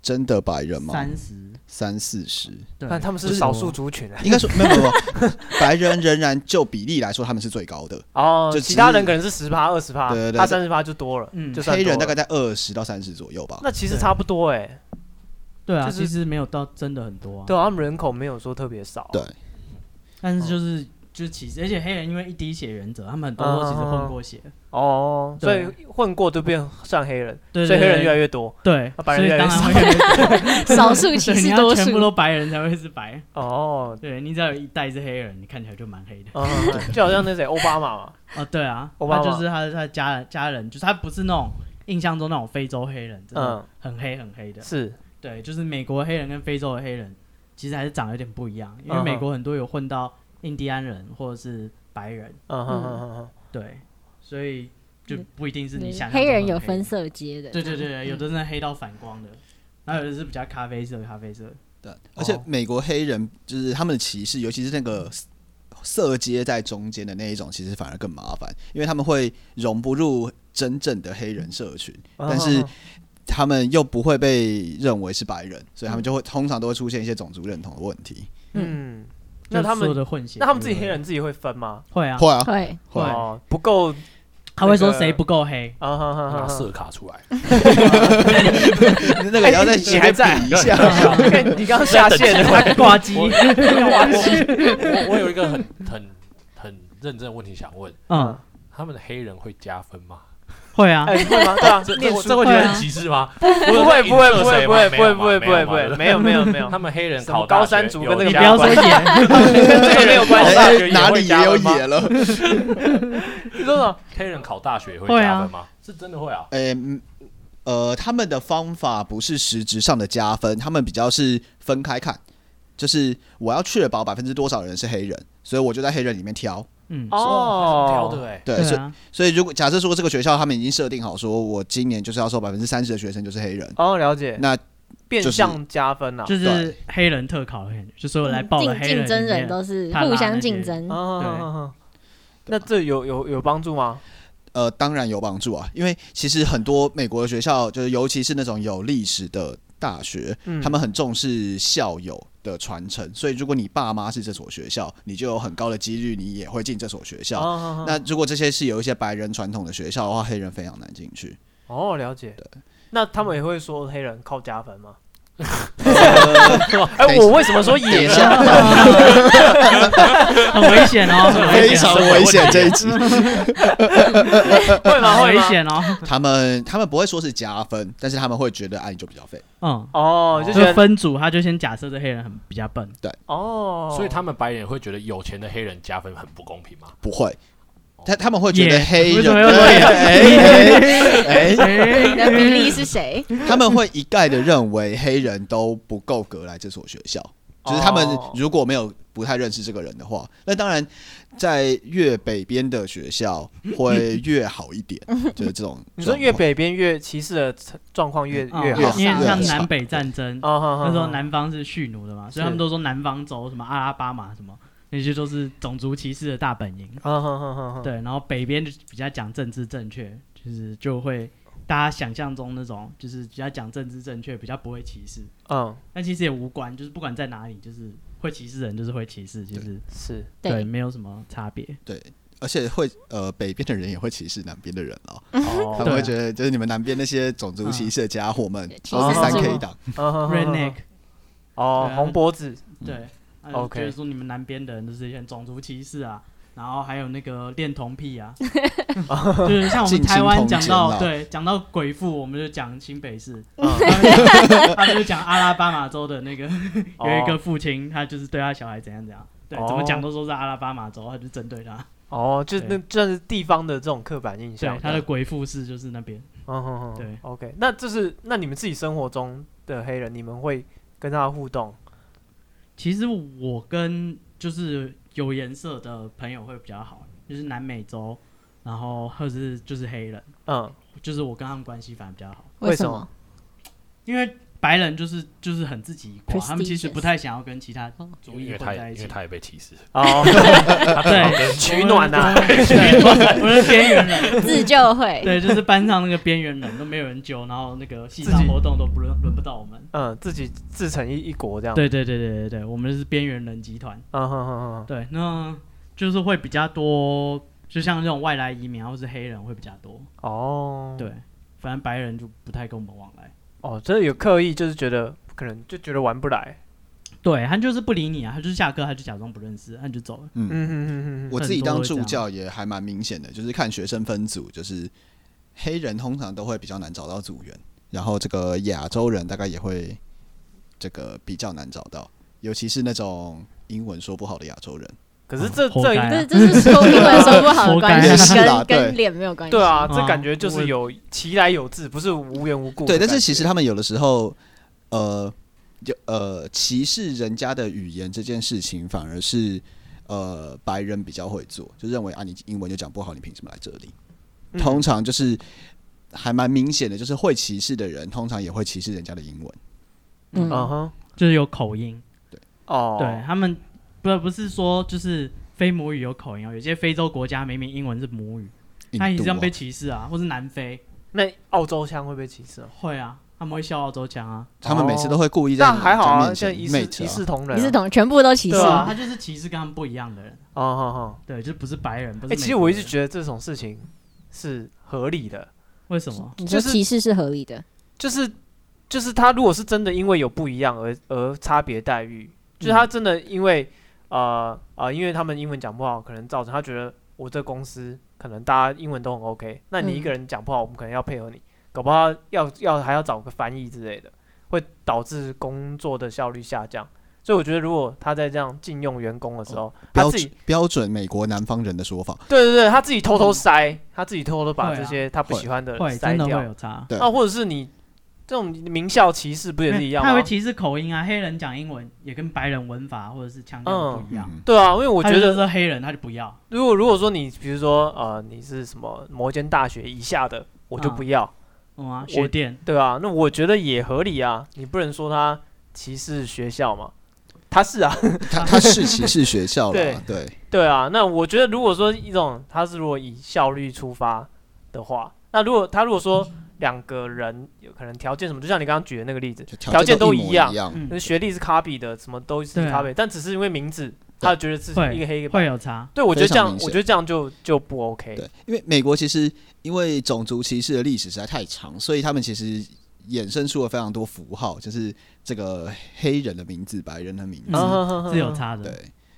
Speaker 4: 真的白人吗？
Speaker 2: 三十，
Speaker 4: 三四十，
Speaker 2: 对，
Speaker 1: 但他们是少数族群啊。
Speaker 4: 应嗯该说没有没有，没有 白人仍然就比例来说他们是最高的，
Speaker 1: 哦，
Speaker 4: 就
Speaker 1: 其
Speaker 4: 只
Speaker 1: 他
Speaker 4: 是
Speaker 1: 人可能是十趴、二十趴
Speaker 4: 对对，对
Speaker 1: 他三十趴就多了，
Speaker 2: 嗯
Speaker 1: 就算
Speaker 4: 黑人
Speaker 1: 多
Speaker 4: 大
Speaker 1: 了
Speaker 4: 概在二十到三十左右吧。
Speaker 1: 那其实
Speaker 2: 对
Speaker 1: 差不多哎，
Speaker 2: 对啊，
Speaker 1: 就是
Speaker 2: 其实没有到真的很多啊，
Speaker 1: 对啊，他们人口没有说特别少啊。
Speaker 4: 哦对
Speaker 2: 但是
Speaker 1: 哦
Speaker 2: 就是、就是其实，而且黑人因为一滴血原则，他们很
Speaker 1: 啊
Speaker 2: 多都其实混过血，
Speaker 1: 哦，所以
Speaker 2: 对
Speaker 1: 混过就变算黑人，
Speaker 2: 对
Speaker 1: 所
Speaker 2: 对
Speaker 1: 以黑人越来
Speaker 2: 对
Speaker 1: 越多。
Speaker 2: 对
Speaker 1: 啊，白人
Speaker 2: 所以
Speaker 1: 越来
Speaker 2: 当
Speaker 1: 越
Speaker 2: 然 会
Speaker 5: 少数歧
Speaker 2: 对你
Speaker 5: 视
Speaker 2: 要
Speaker 5: 多
Speaker 2: 全部
Speaker 5: 数，
Speaker 2: 都白人才会是白，
Speaker 1: 哦，
Speaker 2: 对你只要有一代是黑人，你看起来就蛮黑的。
Speaker 1: 嗯，就好像那谁奥巴马嘛，
Speaker 2: 哦，对啊，
Speaker 1: 奥巴
Speaker 2: 他
Speaker 1: 马
Speaker 2: 就是他他家人家人，就是他不是那种印象中那种非洲黑人，真的
Speaker 1: 嗯，
Speaker 2: 很黑很黑的。
Speaker 1: 是，
Speaker 2: 对，就是美国黑人跟非洲的黑人其实还是长得有点不一样，因
Speaker 1: 嗯
Speaker 2: 为
Speaker 1: 哼
Speaker 2: 美国很多有混到印第安人或者是白人，
Speaker 1: 嗯哼哼哼哼，
Speaker 2: 对，所以就
Speaker 1: 嗯
Speaker 2: 不一定是你
Speaker 5: 对
Speaker 2: 想象中
Speaker 5: 黑
Speaker 2: 的
Speaker 5: 人有分色阶的，
Speaker 2: 对对对对，有的真的黑到反光的，然后有的是比较咖啡色咖啡色。
Speaker 4: 对，而且
Speaker 1: 哦
Speaker 4: 美国黑人就是他们的歧视，尤其是那个色阶在中间的那一种，其实反而更麻烦，因为他们会融不入真正的黑人社群，但是
Speaker 1: 嗯哼
Speaker 4: 他们又不会被认为是白人，所以他们就会通常都会出现一些种族认同的问题。
Speaker 1: 嗯，那他
Speaker 2: 就所有
Speaker 1: 们
Speaker 2: 的混血，
Speaker 1: 那他们自己黑人自己会分吗？
Speaker 2: 会啊，
Speaker 4: 会啊，
Speaker 5: 嗯会
Speaker 4: 会啊，
Speaker 1: 哦，不够，
Speaker 2: 他会说谁不够黑，
Speaker 1: 啊哈哈哈
Speaker 3: 拿
Speaker 1: 哈。
Speaker 3: 色卡出来，
Speaker 4: 那个也要再
Speaker 1: 哎你还在啊
Speaker 4: 比一下。
Speaker 1: 你刚刚下 线了，
Speaker 2: 挂机，嗯挂机，
Speaker 3: 我我有一个很很很认真的问题想问，
Speaker 2: 嗯。
Speaker 3: 他们的黑人会加分吗？
Speaker 2: 会啊，
Speaker 1: 哎，你会吗？对啊
Speaker 3: 这，
Speaker 1: 念
Speaker 3: 这
Speaker 1: 书
Speaker 3: 这会觉得是歧视吗？不
Speaker 1: 不会不会不会不会不会不会不会不会，没有没有没有
Speaker 3: 他，们黑人
Speaker 1: 什么
Speaker 3: 考
Speaker 1: 高
Speaker 3: 大
Speaker 1: 山
Speaker 3: 学
Speaker 1: 族
Speaker 3: 有
Speaker 1: 跟那个
Speaker 2: 你
Speaker 3: 加
Speaker 2: 不要说
Speaker 1: 没
Speaker 2: 野，
Speaker 1: 跟 这个没有关系。
Speaker 3: 大学也
Speaker 4: 哎哪
Speaker 3: 会
Speaker 4: 里
Speaker 3: 加
Speaker 4: 也有
Speaker 3: 分吗
Speaker 4: 野了？哎
Speaker 1: 你说什么？
Speaker 3: 黑人考大学也会
Speaker 2: 会啊
Speaker 3: 加分吗？是真的会啊？
Speaker 4: 诶、嗯呃，他们的方法不是实质上的加分，他们比较是分开看，就是我要确保百分之多少人是黑人，所以我就在黑人里面挑。
Speaker 2: 嗯，
Speaker 3: 挑
Speaker 1: 哦，
Speaker 3: 的哎，
Speaker 4: 对，
Speaker 2: 对
Speaker 4: 所以
Speaker 2: 啊，
Speaker 4: 所以如果假设说这个学校他们已经设定好，说我今年就是要收百分之三十的学生就是黑人，
Speaker 1: 哦，了解，
Speaker 4: 那
Speaker 1: 变
Speaker 4: 就是
Speaker 1: 相加分啊呐。
Speaker 2: 就是黑人特考的感觉，就所有来报
Speaker 1: 嗯
Speaker 2: 的
Speaker 5: 竞
Speaker 2: 黑人
Speaker 5: 竞争
Speaker 2: 里面
Speaker 5: 人都是
Speaker 2: 他拉
Speaker 5: 互
Speaker 2: 那
Speaker 5: 相
Speaker 2: 些
Speaker 5: 竞争，
Speaker 1: 哦，那这有有有帮助吗？
Speaker 4: 呃，当然有帮助啊，因为其实很多美国的学校，就是尤其是那种有历史的大学，
Speaker 1: 嗯
Speaker 4: 他们很重视校友的传承，所以如果你爸妈是这所学校，你就有很高的几率你也会进这所学校。
Speaker 1: 哦
Speaker 4: 那如果这些是有一些白人传统的学校的话，黑人非常难进去。
Speaker 1: 哦，了解。那他们也会说黑人靠加分 吗？
Speaker 4: 等
Speaker 1: 哎，
Speaker 4: 一下
Speaker 1: 我为什么说
Speaker 4: 等
Speaker 1: 也
Speaker 4: 一
Speaker 1: 呢？
Speaker 4: 下，
Speaker 2: 很危险哦，很危
Speaker 4: 非
Speaker 2: 险
Speaker 4: 常危险这一集。
Speaker 1: 会吗？
Speaker 2: 很
Speaker 1: 会
Speaker 2: 危
Speaker 1: 吗？
Speaker 2: 险哦，
Speaker 4: 他们他们不会说是加分，但是他们会觉得啊你就比较废。
Speaker 2: 嗯。
Speaker 1: 哦，就
Speaker 2: 这
Speaker 1: 觉
Speaker 2: 个
Speaker 1: 得
Speaker 2: 分组，他就先假设这黑人很比较笨，
Speaker 1: 哦，
Speaker 3: 所以他们白人会觉得有钱的黑人加分很不公平吗？
Speaker 4: 不会，他他们会哦觉得
Speaker 2: 也
Speaker 4: 黑
Speaker 2: 为
Speaker 4: 人
Speaker 2: 什么要说也
Speaker 4: 哎哎 哎，
Speaker 5: 你的比例 是谁？
Speaker 4: 他们会一概的认为黑人都不够格来这所学校，就是他们
Speaker 1: 哦
Speaker 4: 如果没有不太认识这个人的话，那当然在越北边的学校会越好一点，就是这种。
Speaker 1: 你说越北边越歧视的状况越
Speaker 2: 嗯
Speaker 1: 越
Speaker 4: 越
Speaker 1: 好
Speaker 4: 好
Speaker 2: 因为像
Speaker 4: 越好
Speaker 2: 南北战争，
Speaker 1: 哦好，
Speaker 2: 那时候
Speaker 1: 好好
Speaker 2: 南方是蓄奴的嘛，所以
Speaker 1: 是
Speaker 2: 他们都说南方州什么阿拉巴马什么，那些都是种族歧视的大本营。
Speaker 1: 好好好好好
Speaker 2: 对，然后北边就比较讲政治正确，就是就会大家想象中那种，就是比较讲政治正确，比较不会歧视。
Speaker 1: 嗯
Speaker 2: 但其实也无关，就是不管在哪里，就是会歧视人就是会歧视，就是
Speaker 1: 是
Speaker 5: 对
Speaker 2: 对，没有什么差别。
Speaker 4: 对，而且会呃北边的人也会歧视南边的人了，他
Speaker 1: 哦
Speaker 4: 们
Speaker 2: 对
Speaker 4: 会
Speaker 2: 啊
Speaker 4: 觉得就是你们南边那些种族歧视的家伙们
Speaker 5: 嗯
Speaker 4: 都是三 K
Speaker 5: 哦
Speaker 4: 党，
Speaker 1: 好好好
Speaker 2: Redneck，
Speaker 1: 嗯哦
Speaker 2: 对啊
Speaker 1: 红脖子
Speaker 2: 对，啊
Speaker 1: OK
Speaker 2: 就是说你们南边的人都是一些种族歧视啊，然后还有那个恋童癖啊，就是像我们
Speaker 4: 近亲
Speaker 2: 台湾
Speaker 4: 同
Speaker 2: 讲
Speaker 4: 奸
Speaker 2: 到
Speaker 4: 啦
Speaker 2: 对讲到鬼父，我们就讲新北市，
Speaker 1: 嗯
Speaker 2: 他们就讲阿拉巴马州的那个有一个
Speaker 1: 哦
Speaker 2: 父亲，他就是对他小孩怎样怎样，对，
Speaker 1: 哦
Speaker 2: 怎么讲都说是阿拉巴马州，他就针对他，
Speaker 1: 哦，就那这是地方的这种刻板印象
Speaker 2: 对，，他的鬼父是就是那边，
Speaker 1: 嗯哼哼，
Speaker 2: 对
Speaker 1: ，OK，那就是那你们自己生活中的黑人，你们会跟他互动？
Speaker 2: 其实我跟就是有颜色的朋友会比较好，就是南美洲，然后或者是就是黑人，
Speaker 1: 嗯，
Speaker 2: 就是我跟他们关系反而比较好。
Speaker 1: 为什
Speaker 5: 什
Speaker 1: 么？
Speaker 2: 因为白人就是就是很自己一挂，
Speaker 5: Prestigious
Speaker 2: 他们其实不太想要跟其他族
Speaker 3: 因
Speaker 2: 裔混
Speaker 3: 为他
Speaker 2: 在
Speaker 3: 也
Speaker 2: 一
Speaker 3: 因
Speaker 2: 起。
Speaker 3: 为他也被歧 视，
Speaker 1: 哦，
Speaker 2: 对，
Speaker 1: 取暖
Speaker 3: 啊
Speaker 1: 啊呐、
Speaker 2: 我们是对，我是边缘 人，
Speaker 5: 自救会，
Speaker 2: 对，就是班上那个边缘人都没有人揪，然后那个系
Speaker 1: 自
Speaker 2: 上
Speaker 1: 己
Speaker 2: 活动都不轮轮不到我们。
Speaker 1: 嗯，自己自成一一国这样。，
Speaker 2: 对对对对对对，我们就是边缘人集团。
Speaker 1: 嗯哼哼哼，
Speaker 2: 对，那就是会比较多，就像这种外来移民啊或是黑人会比较多。
Speaker 1: 哦，，
Speaker 2: 对，反正白人就不太跟我们往来。
Speaker 1: 哦，真的有刻意就是觉得可能就觉得玩不来。
Speaker 2: 对他就是不理你啊，他就是下课他就假装不认识，他就走了。
Speaker 1: 嗯哼哼哼
Speaker 4: 我自己
Speaker 2: 很多
Speaker 4: 当
Speaker 2: 会这
Speaker 4: 助
Speaker 2: 样
Speaker 4: 教也还蛮明显的，就是看学生分组，就是黑人通常都会比较难找到组员，然后这个亚洲人大概也会这个比较难找到，尤其是那种英文说不好的亚洲人。
Speaker 1: 可是这、
Speaker 2: 哦活
Speaker 1: 这
Speaker 2: 该
Speaker 5: 这这是说英文说不 好的关
Speaker 2: 活该
Speaker 4: 是
Speaker 5: 系，
Speaker 4: 啦
Speaker 5: 跟
Speaker 4: 对
Speaker 5: 跟脸没有关系。
Speaker 1: 对啊，
Speaker 2: 哦
Speaker 1: 这感觉就
Speaker 2: 我
Speaker 1: 是有其来有自，不是无缘无故的
Speaker 4: 对，
Speaker 1: 感觉。
Speaker 4: 但是其实他们有的时候，呃，有呃歧视人家的语言这件事情，反而是呃白人比较会做，就认为啊你英文就讲不好，你凭什么来这里？
Speaker 1: 嗯
Speaker 4: 通常就是还蛮明显的，就是会歧视的人，通常也会歧视人家的英文。
Speaker 5: 嗯，
Speaker 4: 哦
Speaker 1: 嗯哼，
Speaker 2: 就是有口音。
Speaker 1: 哦，
Speaker 2: 对，他们不不是说就是非母语有口音哦，有些非洲国家明明英文是母语，他也是
Speaker 4: 印度
Speaker 2: 这样被
Speaker 4: 啊
Speaker 2: 歧视啊，或是南非
Speaker 1: 那澳洲腔会被歧视吗？
Speaker 2: 会啊，他们会笑澳洲腔啊，
Speaker 4: 他们每次都会故意在
Speaker 1: 但还好啊，
Speaker 4: 人
Speaker 1: 现
Speaker 4: 家
Speaker 1: 在
Speaker 4: 面
Speaker 1: 一视一
Speaker 4: 前 mate 啊
Speaker 1: 视同仁、
Speaker 5: 你是同全部都歧视
Speaker 1: 对，啊
Speaker 2: 他就是歧视跟他们不一样的人，
Speaker 1: 哦好好。
Speaker 2: 对，就不是白人，不
Speaker 1: 哎、
Speaker 2: 是美国人。
Speaker 1: 其实我一直觉得这种事情是合理的，
Speaker 2: 为什么？
Speaker 5: 你
Speaker 1: 就
Speaker 5: 说
Speaker 1: 是
Speaker 5: 歧视是合理的，
Speaker 1: 就是就是他如果是真的因为有不一样而而差别待遇，就是
Speaker 4: 嗯
Speaker 1: 他真的因为、呃呃，因为他们英文讲不好，可能造成他觉得我这公司可能大家英文都很 OK，那你一个人讲不好，我们可能要配合你，搞不好要要还要找个翻译之类的，会导致工作的效率下降。所以我觉得，如果他在这样禁用员工的时候，他
Speaker 4: 哦标
Speaker 1: 自己
Speaker 4: 准标准美国南方人的说法，
Speaker 1: 对对对，他自己偷偷筛，他自己偷偷把
Speaker 2: 会啊
Speaker 1: 这些他不喜欢的
Speaker 2: 会
Speaker 1: 呃筛
Speaker 2: 真的
Speaker 1: 掉
Speaker 2: 会。有差。
Speaker 4: 对
Speaker 1: 啊，或者是你这种名校歧视不也是一样
Speaker 2: 他
Speaker 1: 吗
Speaker 2: 会？歧视口音啊，黑人讲英文也跟白人文法或者是腔调不一样。
Speaker 4: 嗯，
Speaker 1: 对啊，因为我
Speaker 2: 我
Speaker 1: 觉得，
Speaker 2: 是黑人他就不要，
Speaker 1: 如果如果说你比如说呃，你是什么摩间大学以下的，我就不要，
Speaker 2: 嗯啊，
Speaker 1: 我
Speaker 2: 学电
Speaker 1: 对啊，那我觉得也合理啊，你不能说他歧视学校嘛，他是啊，
Speaker 4: 他他是歧视学校
Speaker 1: 对
Speaker 4: 啦，对，
Speaker 1: 对啊，那我觉得如果说一种他是如果以效率出发的话，那如果他如果说两个人有可能条件什么，就像你刚刚举的那个例子，
Speaker 4: 就
Speaker 1: 条件都
Speaker 4: 一
Speaker 1: 一
Speaker 4: 模
Speaker 1: 样
Speaker 4: 一样，
Speaker 1: 那
Speaker 2: 嗯，
Speaker 1: 学历是 copy 的，什么都是
Speaker 2: 对啊
Speaker 1: copy，但只是因为名字，他觉得自己
Speaker 2: 会
Speaker 1: 一个黑一个白
Speaker 2: 会。有差，
Speaker 1: 对，我觉得这样，
Speaker 4: 非常明显
Speaker 1: 我觉得这样就就不 OK。
Speaker 4: 对，因为美国其实因为种族歧视的历史实在太长，所以他们其实衍生出了非常多符号，就是这个黑人的名字、白人的名字，
Speaker 2: 嗯
Speaker 1: 啊哈哈
Speaker 2: 是有差的。
Speaker 4: 对。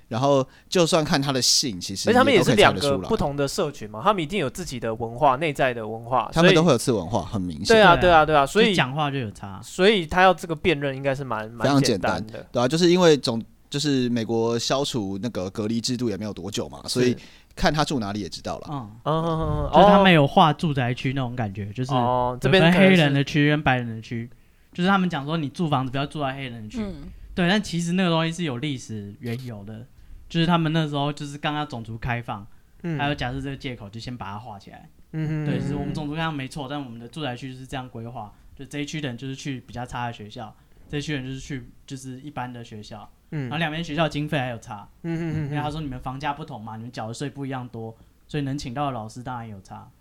Speaker 4: 然后就算看他的姓，其实
Speaker 1: 而且他们也
Speaker 4: 都可
Speaker 1: 是
Speaker 4: 以猜
Speaker 1: 两
Speaker 4: 得
Speaker 1: 个
Speaker 4: 出来
Speaker 1: 不，同的社群嘛，他们一定有自己的文化，内在的文化，
Speaker 4: 他
Speaker 1: 所
Speaker 4: 们
Speaker 1: 以
Speaker 4: 都会有次文化，很明显。
Speaker 1: 对啊，对
Speaker 2: 对啊
Speaker 1: 啊，对啊，所
Speaker 2: 就
Speaker 1: 以
Speaker 2: 讲话就有差，
Speaker 1: 所以他要这个辨认应该是蛮
Speaker 4: 非
Speaker 1: 蛮
Speaker 4: 常
Speaker 1: 简
Speaker 4: 简单
Speaker 1: 的，
Speaker 4: 对啊，就是因为总就是美国消除那个隔离制度也没有多久嘛，所以
Speaker 1: 是
Speaker 4: 看他住哪里也知道了。
Speaker 2: 嗯，
Speaker 1: 嗯哼哼哼
Speaker 2: 就是他们
Speaker 1: 哦
Speaker 2: 有划住宅区那种感觉，就是
Speaker 1: 哦这
Speaker 2: 有
Speaker 1: 边
Speaker 2: 分
Speaker 1: 可能
Speaker 2: 黑人
Speaker 1: 是
Speaker 2: 的区跟白人的区，就是他们讲说你住房子不要住在黑人的区，
Speaker 5: 嗯，
Speaker 2: 对，但其实那个东西是有历史缘由的，就是他们那时候就是刚刚种族开放，
Speaker 1: 嗯
Speaker 2: 还有假设这个借口就先把它画起来。
Speaker 1: 嗯哼
Speaker 2: 对，就是我们种族开放没错，但我们的住宅区就是这样规划，就这一区的人就是去比较差的学校，这一区人就是去就是一般的学校，
Speaker 1: 嗯
Speaker 2: 然后两边学校经费还有差，
Speaker 1: 嗯
Speaker 2: 因为他说你们房价不同嘛，你们缴的税不一样多，所以能请到的老师当然有差，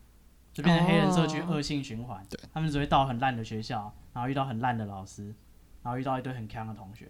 Speaker 2: 就变成黑人社区
Speaker 5: 哦
Speaker 2: 恶性循环。
Speaker 4: 对
Speaker 2: 他们只会到很烂的学校，然后遇到很烂的老师，然后遇到一堆很强的同学，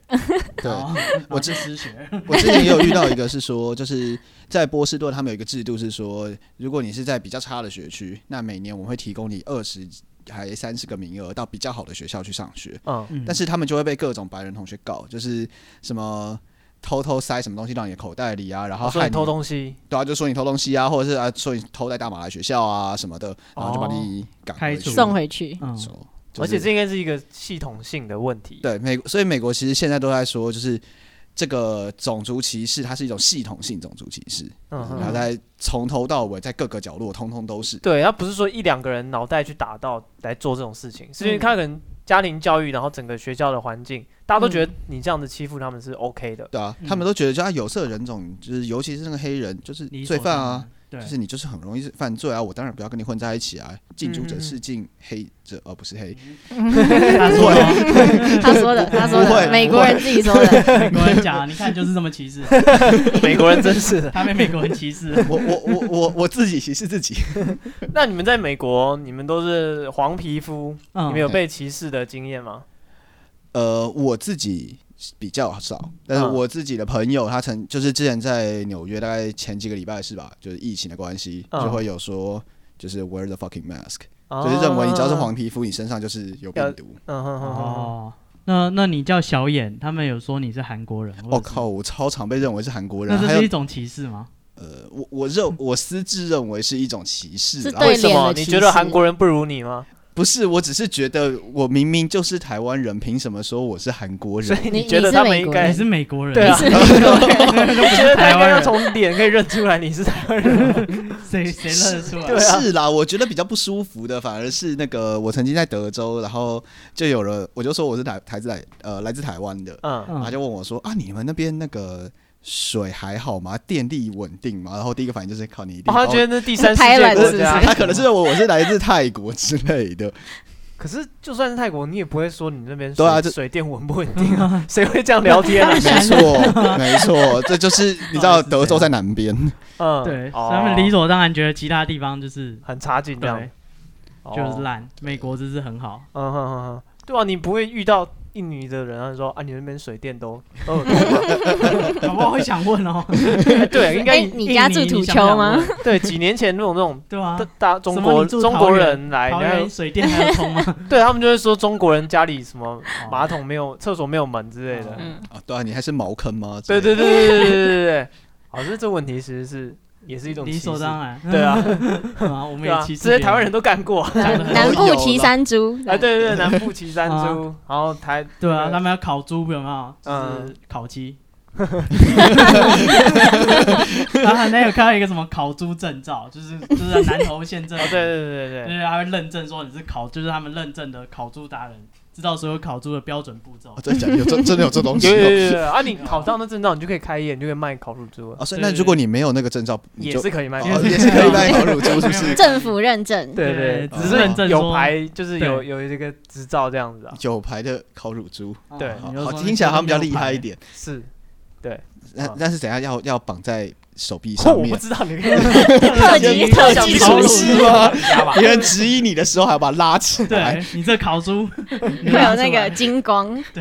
Speaker 4: 对，
Speaker 2: 然后
Speaker 4: 我
Speaker 2: 就失学。
Speaker 4: 我之前也有遇到一个是说，就是在波士顿，他们有一个制度是说，如果你是在比较差的学区，那每年我们会提供你二十还三十个名额到比较好的学校去上学，
Speaker 1: 嗯
Speaker 2: 嗯
Speaker 4: 但是他们就会被各种白人同学告，就是什么。偷偷塞什么东西到你的口袋里啊，然后
Speaker 1: 哦所
Speaker 4: 害
Speaker 1: 以偷东西，
Speaker 4: 对啊，就说你偷东西啊，或者是啊说你偷带大麻来学校啊什么的，然后就把你赶回
Speaker 2: 开
Speaker 4: 去
Speaker 2: 除
Speaker 5: 送 回去，
Speaker 2: 嗯，
Speaker 4: 走就
Speaker 1: 哦而且
Speaker 4: 是
Speaker 1: 这应该是一个系统性的问题。
Speaker 4: 对美，所以美国其实现在都在说，就是这个种族歧视，它是一种系统性种族歧视，
Speaker 1: 嗯
Speaker 4: 然后
Speaker 1: 哼，
Speaker 4: 在从头到尾，在各个角落，通通都是。
Speaker 1: 对，他不是说一两个人脑袋去打到来做这种事情，是因为他可能家庭教育，然后整个学校的环境，大家都觉得你这样子欺负他们是 OK 的。
Speaker 4: 对啊，
Speaker 2: 嗯
Speaker 4: 他们都觉得就啊，有色人种，就是尤其是那个黑人，就是
Speaker 2: 理所
Speaker 4: 罪犯
Speaker 2: 当
Speaker 4: 啊，
Speaker 2: 然，对，
Speaker 4: 就是你就是很容易犯罪啊，我当然不要跟你混在一起啊。近朱者赤，近黑者呃而不是黑。
Speaker 2: 他 说哦
Speaker 5: 他说的，他说
Speaker 4: 不会
Speaker 5: 的，美国人自己 说的，
Speaker 2: 美国人讲，你看就是这么歧视，
Speaker 1: 美国人真是的。
Speaker 2: 他被美国人歧 视。
Speaker 4: 我我我我我自己歧视自己，
Speaker 1: 那你们在美国，你们都是黄皮肤，你
Speaker 2: 嗯
Speaker 1: 们，有被歧视的经验吗？
Speaker 4: 呃，我自己比较少，但是
Speaker 1: 嗯
Speaker 4: 我自己的朋友，他曾就是之前在纽约，大概前几个礼拜是吧？就是疫情的关系，
Speaker 1: 嗯哦
Speaker 4: 就会有说就是 wear the fucking mask，、就是认为你只要是黄，皮肤，你身上就是有病毒。
Speaker 1: 嗯哼哼哼哼，
Speaker 2: 哦，那那你叫小眼，他们有说你是韩国人，
Speaker 1: 哦
Speaker 4: 我、
Speaker 2: 我
Speaker 4: 靠，，我超常被认为是韩国人，啊
Speaker 2: 那
Speaker 4: 还
Speaker 2: 这是一
Speaker 4: 有
Speaker 2: 种歧视吗？
Speaker 4: 呃，我我认我私自认为是一种歧视
Speaker 5: 是
Speaker 4: 啦，
Speaker 5: 对
Speaker 1: 为什
Speaker 5: 脸
Speaker 1: 么
Speaker 5: 的
Speaker 1: 你
Speaker 5: 歧
Speaker 1: 觉得
Speaker 5: 视
Speaker 1: 韩国人不如你吗？
Speaker 4: 不是，我只是觉得我明明就是台湾人，凭什么说我是韩国
Speaker 1: 所
Speaker 4: 人？
Speaker 1: 以
Speaker 5: 你
Speaker 1: 觉得
Speaker 5: 你是
Speaker 1: 他们
Speaker 5: 美
Speaker 1: 应
Speaker 5: 国
Speaker 1: 该
Speaker 2: 你是美国 人，
Speaker 1: 哎对 啊，
Speaker 2: 都不
Speaker 1: 觉
Speaker 2: 是
Speaker 1: 得他
Speaker 2: 台
Speaker 1: 应该
Speaker 2: 湾
Speaker 1: 要
Speaker 2: 人，
Speaker 1: 从脸可以认出来你是台湾人。
Speaker 2: 谁谁 认得出来？
Speaker 1: 对啊
Speaker 4: 是啦，我觉得比较不舒服的反而是那个，我曾经在德州，然后就有人我就说我是台台自来呃来自台湾的，
Speaker 1: 嗯，
Speaker 4: 他
Speaker 2: 嗯，
Speaker 4: 就问我说啊，你们那边那个水还好吗？电力稳定吗？然后第一个反应就是靠你一定
Speaker 1: 哦，
Speaker 4: 把
Speaker 1: 他
Speaker 4: 我。
Speaker 1: 觉得那第三世
Speaker 5: 台
Speaker 1: 界
Speaker 5: 湾
Speaker 1: 国
Speaker 5: 是不是
Speaker 1: 家，
Speaker 4: 他可能是认为我是来自泰国之类的，
Speaker 1: 可是就算是泰国，你也不会说你那边
Speaker 4: 对啊
Speaker 1: 水
Speaker 4: 这
Speaker 1: 水电稳不稳定 啊？谁会这样聊天啊？
Speaker 4: 没错，没错，这就是你知道德州在南 边，
Speaker 1: 嗯，
Speaker 2: 对，
Speaker 1: 哦
Speaker 2: 所以他们理所当然觉得其他地方就是
Speaker 1: 很差劲这样
Speaker 2: 对，，
Speaker 1: 哦
Speaker 2: 就是烂，美国这是 很好，
Speaker 1: 嗯哼哼哼，对啊，你不会遇到印尼的人啊说啊，你那边水电 都都有多
Speaker 2: 搞不好会想问哦，
Speaker 1: 吗对，应该
Speaker 5: 哎你家住土丘吗
Speaker 2: 印尼？你想不想问
Speaker 1: 对几年前那种那种
Speaker 2: 对啊
Speaker 1: 大。大中
Speaker 2: 什么
Speaker 1: 国
Speaker 2: 你住
Speaker 1: 中
Speaker 2: 桃
Speaker 1: 国
Speaker 2: 园
Speaker 1: 人来，
Speaker 2: 桃
Speaker 1: 然后
Speaker 2: 园水电还有通吗？
Speaker 1: 对他们就会说中国人家里什么马桶没有、厕所没有门之类的。
Speaker 2: 哦
Speaker 5: 嗯，
Speaker 4: 啊，对啊，你还是茅坑吗？
Speaker 1: 对对对对对对对对对。好，这这问题其实是也是一种
Speaker 2: 理
Speaker 1: 歧
Speaker 2: 所
Speaker 1: 视。
Speaker 2: 当然。
Speaker 1: 对 啊，
Speaker 2: 啊，我们
Speaker 1: 对啊，
Speaker 2: 也
Speaker 1: 这
Speaker 2: 歧视
Speaker 1: 些台湾人都干过。
Speaker 2: 别人，讲得很
Speaker 5: 南
Speaker 4: 都哦有
Speaker 5: 部
Speaker 4: 啦
Speaker 5: 骑山猪，
Speaker 1: 哎，对对对，南部骑山
Speaker 2: 啊
Speaker 1: 猪，然后台
Speaker 2: 对啊，
Speaker 1: 那个
Speaker 2: 他们要烤猪有没有？就
Speaker 1: 嗯
Speaker 2: 是烤 鸡。然后还有看到一个什么烤猪证照，就是就是在南投县政
Speaker 1: 哦，
Speaker 2: 府，
Speaker 1: 对对对对
Speaker 2: 就
Speaker 1: 对，
Speaker 2: 是他会认证说你是烤，就是他们认证的烤猪达人，知道所有烤猪的标准步骤
Speaker 4: 哦，。真的假的有真真的有这东 西
Speaker 1: 有有
Speaker 4: 哦
Speaker 1: 有有有啊！你考上那证照，你就可以开业，你就可以卖烤乳猪了，
Speaker 4: 啊，所以那如果你没有那个证照，你
Speaker 1: 也
Speaker 4: 就是
Speaker 1: 可以卖
Speaker 4: 哦
Speaker 1: 烤乳猪。
Speaker 4: 也是可以卖烤乳猪，是不是？
Speaker 5: 政府认证，
Speaker 1: 对对，
Speaker 2: 对
Speaker 1: 只
Speaker 4: 只是
Speaker 1: 是
Speaker 2: 认证
Speaker 1: 有
Speaker 2: 说
Speaker 1: 牌，就是有
Speaker 2: 对
Speaker 1: 有这个执照这样子啊。
Speaker 4: 有牌的烤乳猪，
Speaker 2: 哦
Speaker 1: 对
Speaker 4: 好
Speaker 2: 你就
Speaker 4: 好
Speaker 2: 说
Speaker 4: 听起来好像比较厉害一
Speaker 2: 你
Speaker 4: 点。
Speaker 1: 是，对，
Speaker 4: 那
Speaker 1: 啊
Speaker 4: 那是怎样要要绑在手臂
Speaker 1: 哦
Speaker 4: 上
Speaker 1: 我不
Speaker 4: 面？
Speaker 1: 知道你
Speaker 5: 特
Speaker 1: 特
Speaker 5: 级
Speaker 1: 特
Speaker 5: 特
Speaker 1: 级
Speaker 5: 级
Speaker 1: 厨
Speaker 5: 厨
Speaker 1: 师
Speaker 5: 师
Speaker 1: 吗？
Speaker 4: 别人质疑你的时候，还要把它拉起来。
Speaker 2: 对你这烤猪
Speaker 5: 会有那个，金光，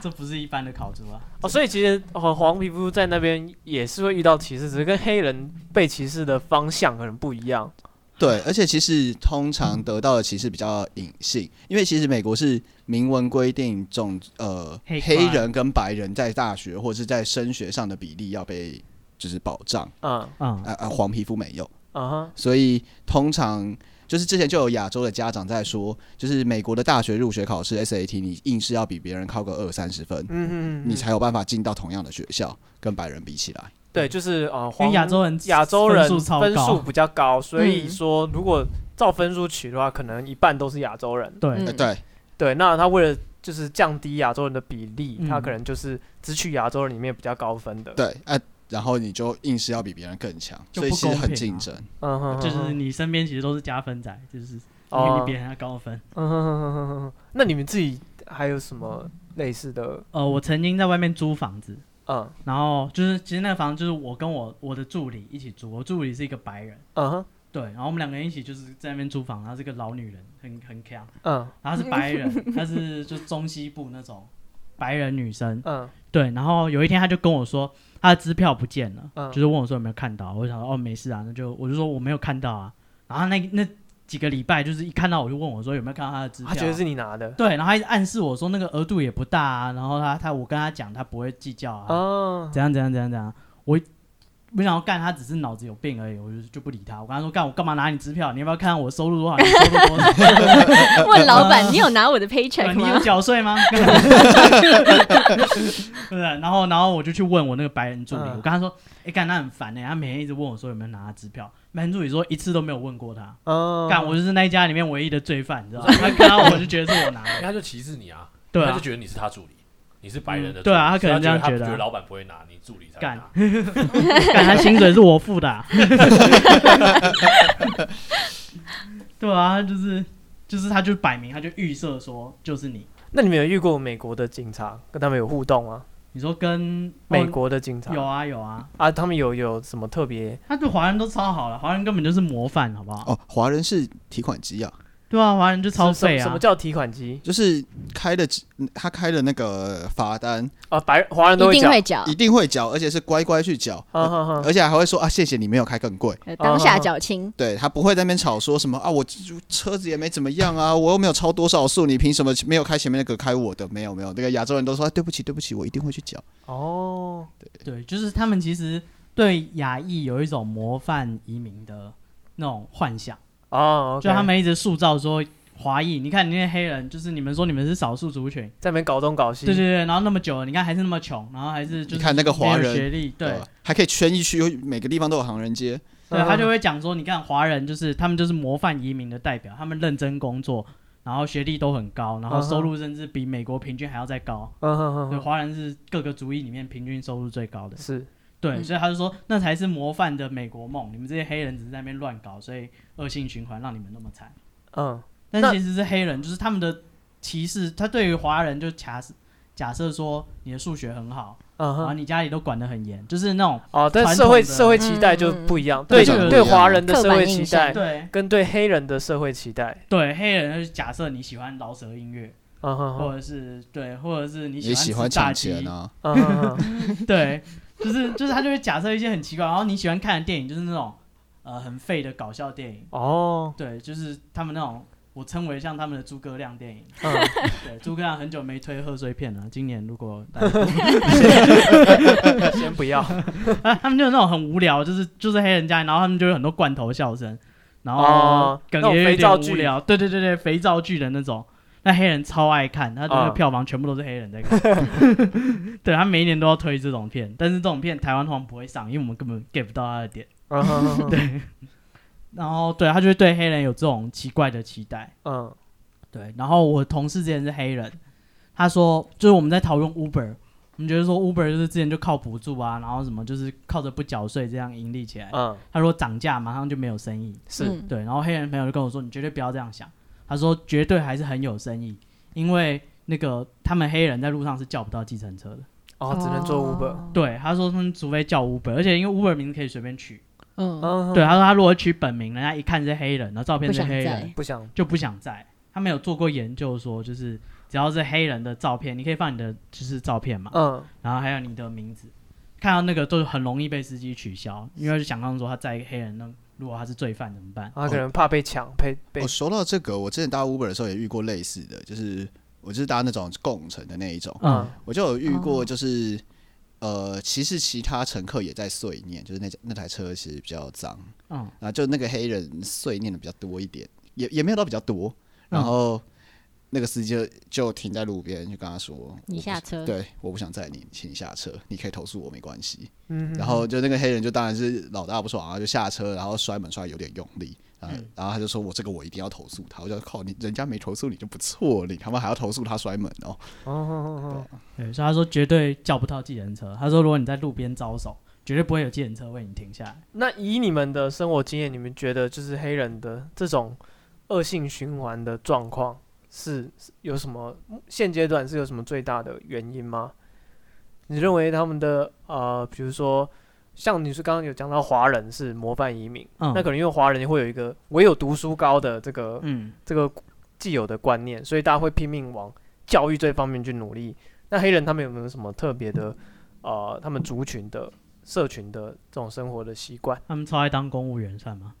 Speaker 2: 这不是一般的烤猪啊。
Speaker 1: 哦，所以其实黄黄皮肤在那边也是会遇到歧视，只是跟黑人被歧视的方向可能不一样。
Speaker 4: 对，而且其实通常得到的歧视比较隐性，因为其实美国是明文规定种呃
Speaker 2: 黑
Speaker 4: 黑
Speaker 2: 块
Speaker 4: 人跟白人在大学或者是在升学上的比例要被就是保障，
Speaker 1: 嗯
Speaker 2: 嗯
Speaker 4: 啊啊，黄皮肤没有。
Speaker 1: 嗯哼，
Speaker 4: 所以通常就是之前就有亚洲的家长在说，就是美国的大学入学考试 SAT，你硬是要比别人高个二三十分，
Speaker 1: 嗯嗯，嗯
Speaker 4: 你才有办法进到同样的学校，跟白人比起来。
Speaker 1: 对，就是呃，
Speaker 2: 因
Speaker 1: 黄
Speaker 2: 为亚洲人
Speaker 1: 亚洲人
Speaker 2: 分数超
Speaker 1: 分数
Speaker 2: 高，
Speaker 1: 比较高，所以
Speaker 5: 嗯
Speaker 1: 说如果照分数取的话，可能一半都是亚洲人。
Speaker 2: 对
Speaker 5: 嗯
Speaker 4: 呃对
Speaker 1: 对，那他为了就是降低亚洲人的比例，
Speaker 2: 嗯
Speaker 1: 他可能就是只取亚洲人里面比较高分的。，
Speaker 4: 对，啊，然后你就硬是要比别人更强，
Speaker 2: 就
Speaker 4: 所以
Speaker 2: 不
Speaker 4: 其实
Speaker 2: 公
Speaker 4: 很
Speaker 2: 平
Speaker 4: 竞
Speaker 2: 啊
Speaker 4: 争。
Speaker 1: 嗯哼哼，
Speaker 2: 就是你身边其实都是加分仔，就是你
Speaker 1: 哦
Speaker 2: 比别人要高分。
Speaker 1: 嗯哼哼哼哼哼，那你们自己还有什么类似的？
Speaker 2: 呃，我曾经在外面租房子，
Speaker 1: 嗯
Speaker 2: 然后就是其实那个房子就是我跟我我的助理一起租，我助理是一个白人，
Speaker 1: 嗯哼
Speaker 2: 对，然后我们两个人一起就是在那边租房，然后是个老女人，很很强，
Speaker 1: 嗯
Speaker 2: 然后她是白人，她是就中西部那种白人女生，
Speaker 1: 嗯
Speaker 2: 对，然后有一天她就跟我说她的支票不见了，
Speaker 1: 嗯
Speaker 2: 就是问我说有没有看到，我就想说哦没事啊，那就我就说我没有看到啊，然后那那几个礼拜就是一看到我就问我说有没有看到她的支票啊、
Speaker 1: 他觉得是你拿的。
Speaker 2: 对，然后他一直暗示我说那个额度也不大啊，然后他他我跟他讲他不会计较啊，
Speaker 1: 哦，
Speaker 2: 怎样怎样怎样怎样，我没想到干他只是脑子有病而已，我就就不理他，我跟他说干我干嘛拿你支票？你要不要看我收入多少？你收入多少？
Speaker 5: 问老板，你有拿我 的 paycheck
Speaker 2: 嗯哦你有
Speaker 5: 吗？
Speaker 2: 缴税吗？ 对，然后然后我就去问我那个白人助理，
Speaker 1: 嗯
Speaker 2: 我跟他说，哎、干他很烦呢、他每天一直问我说有没有拿他支票，白人助理说一次都没有问过他，
Speaker 1: 哦，
Speaker 2: 干我就是那一家里面唯一的罪犯，你知 道吗？他看到我就觉得是我拿
Speaker 3: 因为
Speaker 2: 的，
Speaker 3: 他就歧视你啊，
Speaker 2: 对
Speaker 3: 他
Speaker 2: 啊
Speaker 3: 就，觉得你是他助理，你是白人的助理，
Speaker 2: 嗯对啊他
Speaker 3: 所以
Speaker 2: 可能这样
Speaker 3: 他
Speaker 2: 觉得
Speaker 3: 他
Speaker 2: 啊
Speaker 3: 觉得老板不会拿，你助理才会
Speaker 2: 干
Speaker 3: 拿。
Speaker 2: 干他薪水是我付的啊、对啊，就是就是，他就摆明他就预设说就是你，
Speaker 1: 那你们有遇过美国的警察，跟他们有互动吗？
Speaker 2: 你说跟
Speaker 1: 美、国的警察
Speaker 2: 哦哦有啊有啊，
Speaker 1: 啊，他们有有什么特别？
Speaker 2: 他对华人都超好了，华人根本就是模范，好不好？
Speaker 4: 哦，华人是提款机啊，
Speaker 2: 对啊，华人就超
Speaker 1: 什么
Speaker 2: 废
Speaker 1: 什么
Speaker 2: 啊，
Speaker 1: 叫提款机
Speaker 4: 就是开的他开的那个罚单
Speaker 1: 啊？白华人都
Speaker 5: 一定
Speaker 1: 讲。
Speaker 5: 会缴
Speaker 4: 一，定会缴，而且是乖乖去缴，
Speaker 1: 啊
Speaker 4: 而
Speaker 1: 哈哈，
Speaker 4: 而且还会说啊谢谢你没有开更贵。
Speaker 5: 呃当下缴清。
Speaker 4: 对他不会在那边吵说什么啊，我这车子也没怎么样啊，我又没有超多少速，你凭什么没有开前面那个开我的？没有没有，那个亚洲人都说、啊、对不起对不起，我一定会去缴。
Speaker 1: 哦，
Speaker 2: 对，就是他们其实对亚裔有一种模范移民的那种幻想。
Speaker 1: 哦，OK，
Speaker 2: 就他们一直塑造说华裔，你看你那些黑人，就是你们说你们是少数族群，
Speaker 1: 在那边搞东搞西，
Speaker 2: 对对对，然后那么久了，你看还是那么穷，然后还是就是
Speaker 4: 你看那个华
Speaker 2: 没有学
Speaker 4: 人，
Speaker 2: 历，对
Speaker 4: 吧，还可以圈一区，每个地方都有唐人街。
Speaker 2: 对，
Speaker 1: 嗯
Speaker 2: 他就会讲说，你看华人就是他们就是模范移民的代表，他们认真工作，然后学历都很高，然后
Speaker 1: 嗯哼
Speaker 2: 收入甚至比美国平均还要再高。
Speaker 1: 嗯哼哼
Speaker 2: 对，
Speaker 1: 哼，
Speaker 2: 华人是各个族裔里面平均收入最高的，
Speaker 1: 是
Speaker 2: 对，
Speaker 5: 嗯
Speaker 2: 所以他就说那才是模范的美国梦，你们这些黑人只是在那边乱搞，所以恶性循环让你们那么惨。
Speaker 1: 嗯那
Speaker 2: 但其实是黑人，就是他们的歧视，他对于华人就假设假设说你的数学很好，
Speaker 1: 嗯
Speaker 2: 然后
Speaker 1: 哼，
Speaker 2: 你家里都管得很严，就是那种
Speaker 1: 哦，但
Speaker 2: 传
Speaker 1: 社会
Speaker 2: 统的
Speaker 1: 社会期待就不一样，
Speaker 2: 嗯对
Speaker 1: 对
Speaker 2: 这个
Speaker 1: 对，
Speaker 4: 不一样
Speaker 1: 华人的社会期
Speaker 5: 刻板
Speaker 1: 待
Speaker 5: 印
Speaker 2: 对
Speaker 1: 跟对黑人的社会期待，
Speaker 2: 哎对黑人就是假设你喜欢饶舌音乐，
Speaker 1: 嗯哼
Speaker 2: 或
Speaker 1: 哼，
Speaker 2: 者是对，或者是你
Speaker 4: 也喜
Speaker 2: 欢
Speaker 4: 欢
Speaker 2: 吃炸
Speaker 4: 抢
Speaker 2: 鸡
Speaker 4: 钱，啊，
Speaker 1: 嗯
Speaker 2: 哦
Speaker 1: 哼哼，
Speaker 2: 对，就是就是他就会假设一些很奇怪，然后你喜欢看的电影就是那种呃很废的搞笑电影，
Speaker 1: 哦，
Speaker 2: 对，就是他们那种。我称为像他们的诸葛亮电影，
Speaker 1: 嗯，
Speaker 2: 对，诸葛亮很久没推贺岁片了，今年如果大家
Speaker 1: 先不要，嗯
Speaker 2: 啊， 他们就是那种很无聊，就是就是黑人家，然后他们就有很多罐头笑声，然后
Speaker 1: 哦
Speaker 2: 梗
Speaker 1: 那种
Speaker 2: 也有
Speaker 1: 肥皂
Speaker 2: 点
Speaker 1: 剧
Speaker 2: 无聊，对对对对，肥皂剧的那种。那黑人超爱看，他的
Speaker 1: 啊
Speaker 2: 票房全部都是黑人在看。 对他每一年都要推这种片，但是这种片台湾通常不会上，因为我们根本 get 不到他的点。
Speaker 1: 嗯哼哼哼，
Speaker 2: 然后对他就会对黑人有这种奇怪的期待。
Speaker 1: 嗯
Speaker 2: 对，然后我同事之前是黑人，他说就是我们在讨论 Uber，我们觉得说 Uber 就是之前就靠补助啊，然后什么就是靠着不缴税这样盈利起来。
Speaker 1: 嗯，
Speaker 2: 他说涨价马上就没有生意，
Speaker 1: 是，
Speaker 5: 嗯
Speaker 2: 对。然后黑人朋友就跟我说，你绝对不要这样想。他说绝对还是很有生意，因为那个他们黑人在路上是叫不到计程车的，
Speaker 1: 哦，只能做 Uber。
Speaker 2: 对，他说他们除非叫 Uber，而且因为 Uber 名字可以随便取。
Speaker 5: 嗯，
Speaker 1: 嗯，
Speaker 2: 对，他说他如果取本名，人家一看是黑人，然后照片
Speaker 5: 不
Speaker 2: 是
Speaker 5: 想
Speaker 2: 黑
Speaker 5: 在
Speaker 2: 人，
Speaker 1: 不想
Speaker 2: 就不想在。他们有做过研究说，就是只要是黑人的照片，你可以放你的就是照片
Speaker 5: 哦
Speaker 2: 嘛，
Speaker 1: 嗯
Speaker 2: 然后还有你的名字，看到那个都很容易被司机取消，因为就想象说他在一个黑人，那如果他是罪犯怎么办？
Speaker 1: 他可能怕被抢，被被
Speaker 4: 哦，说到这个，我之前搭 Uber 的时候也遇过类似的，就是我就是搭那种共乘的那一种，
Speaker 1: 嗯
Speaker 4: 我就有遇
Speaker 5: 哦
Speaker 4: 过，就是、呃，其实其他乘客也在碎念，就是那那台车其实比较脏，
Speaker 2: 嗯，
Speaker 4: 然后就那个黑人碎念的比较多一点，也也没有到比较多，然后。
Speaker 5: 嗯
Speaker 4: 那个司机就就停在路边，就跟他说：“
Speaker 5: 你下车
Speaker 4: 对，我不想载你，请你下车。你可以投诉我，没关系。
Speaker 1: 嗯，
Speaker 4: 然后就那个黑人就当然是老大不爽啊，就下车，然后摔门摔得有点用力，然后、
Speaker 5: 嗯
Speaker 4: 然后他就说我这个我一定要投诉他，我就靠你人家没投诉你就不错，你他妈还要投诉他摔门哦，
Speaker 1: 哦哦哦
Speaker 2: 对，所以他说绝对叫不到计程车。他说如果你在路边招手，绝对不会有计程车为你停下来。
Speaker 1: 那以你们的生活经验，你们觉得就是黑人的这种恶性循环的状况是是有什么？现阶段是有什么最大的原因吗？你认为他们的呃，比如说像你是刚刚有讲到华人是模范移民，
Speaker 2: 嗯，
Speaker 1: 那可能因为华人会有一个唯有读书高的这个
Speaker 2: 嗯
Speaker 1: 这个既有的观念，所以大家会拼命往教育这方面去努力。那黑人他们有没有什么特别的呃，他们族群的社群的这种生活的习惯？
Speaker 2: 他们超爱当公务员算吗？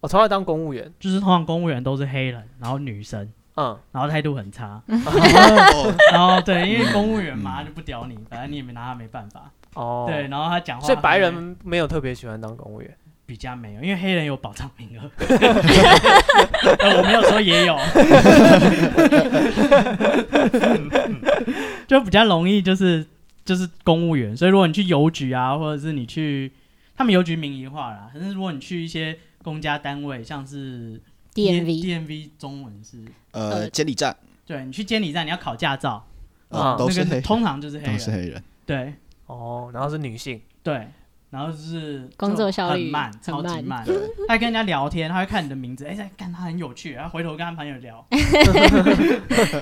Speaker 1: 我超爱当公务员，
Speaker 2: 就是通常公务员都是黑人，然后女生，
Speaker 1: 嗯，
Speaker 2: 然后态度很 差，
Speaker 4: 哦
Speaker 2: 然后对，因为公务员嘛他就不屌你，反正你也没拿他没办法。
Speaker 1: 哦，
Speaker 2: 对，，哦然后他讲话，
Speaker 1: 所以白人没有特别喜欢当公务员，
Speaker 2: 比较没有，因为黑人有保障名额。 呃我没有说也有， 就比较容易就是就是公务员，所以如果你去邮局啊，或者是你去他们邮局民营化啦，可是如果你去一些公家单位，像是
Speaker 5: DMV
Speaker 2: DMV 中文是，
Speaker 4: 呃，监理站
Speaker 2: 对你去监理站你要考驾照，
Speaker 1: 啊
Speaker 4: 啊都是
Speaker 2: 那
Speaker 4: 黑
Speaker 2: 个， 通常哦就是黑
Speaker 4: 都是
Speaker 2: 人，
Speaker 4: 黑人，
Speaker 2: 对
Speaker 1: 哦，然后是女性，
Speaker 2: 对。然后就是
Speaker 5: 工作效率
Speaker 2: 很慢，超级
Speaker 5: 很慢
Speaker 2: 慢，
Speaker 4: 对，
Speaker 2: 他还跟人家聊天，他会看你的名字，哎、看他很有趣，然后回头跟他朋友 聊，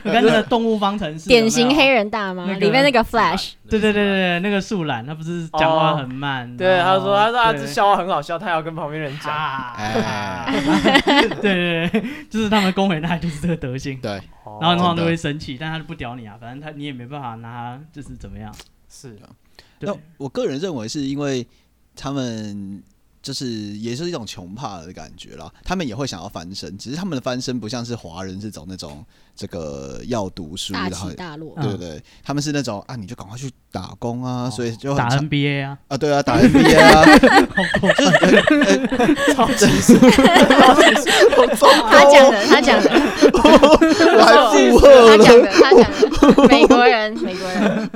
Speaker 2: 跟那个动物方程式，
Speaker 5: 典型黑
Speaker 2: 人，
Speaker 5: 人大妈
Speaker 2: 那个
Speaker 5: 里面那个 Flash，
Speaker 2: 对对对对对，那个树懒，他不是讲话很慢，
Speaker 1: 对，
Speaker 2: 然后
Speaker 1: 他说他说啊，这
Speaker 2: 哦对
Speaker 1: 笑话很好笑，他要跟旁边人讲，
Speaker 2: 啊，
Speaker 4: 哎
Speaker 2: 对对对，就是他们公园大概就是这个德性，
Speaker 4: 对，
Speaker 1: 哦
Speaker 2: 然后通常都会生气，但他就不屌你啊，反正他你也没办法拿他就是怎么样，
Speaker 1: 是
Speaker 2: 对
Speaker 4: 那我个人认为是因为他们。就是也是一种穷怕的感觉啦，他们也会想要翻身，只是他们的翻身不像是华人这种那种这个要读书，
Speaker 5: 大
Speaker 4: 然后
Speaker 5: 起大嗯落。
Speaker 2: 嗯
Speaker 4: 对对对，他们是那种啊，你就赶快去打工啊，所以就很
Speaker 2: 哦打
Speaker 4: 常
Speaker 2: NBA 啊，
Speaker 4: 啊，对啊，打 NBA 啊，
Speaker 2: 好过分，
Speaker 1: 超级是，
Speaker 2: 哦
Speaker 5: 他讲的，他讲的，
Speaker 4: 我还附
Speaker 5: 他
Speaker 4: 和
Speaker 5: 讲
Speaker 4: 了，
Speaker 5: 的，他讲的，美 国人，美国人，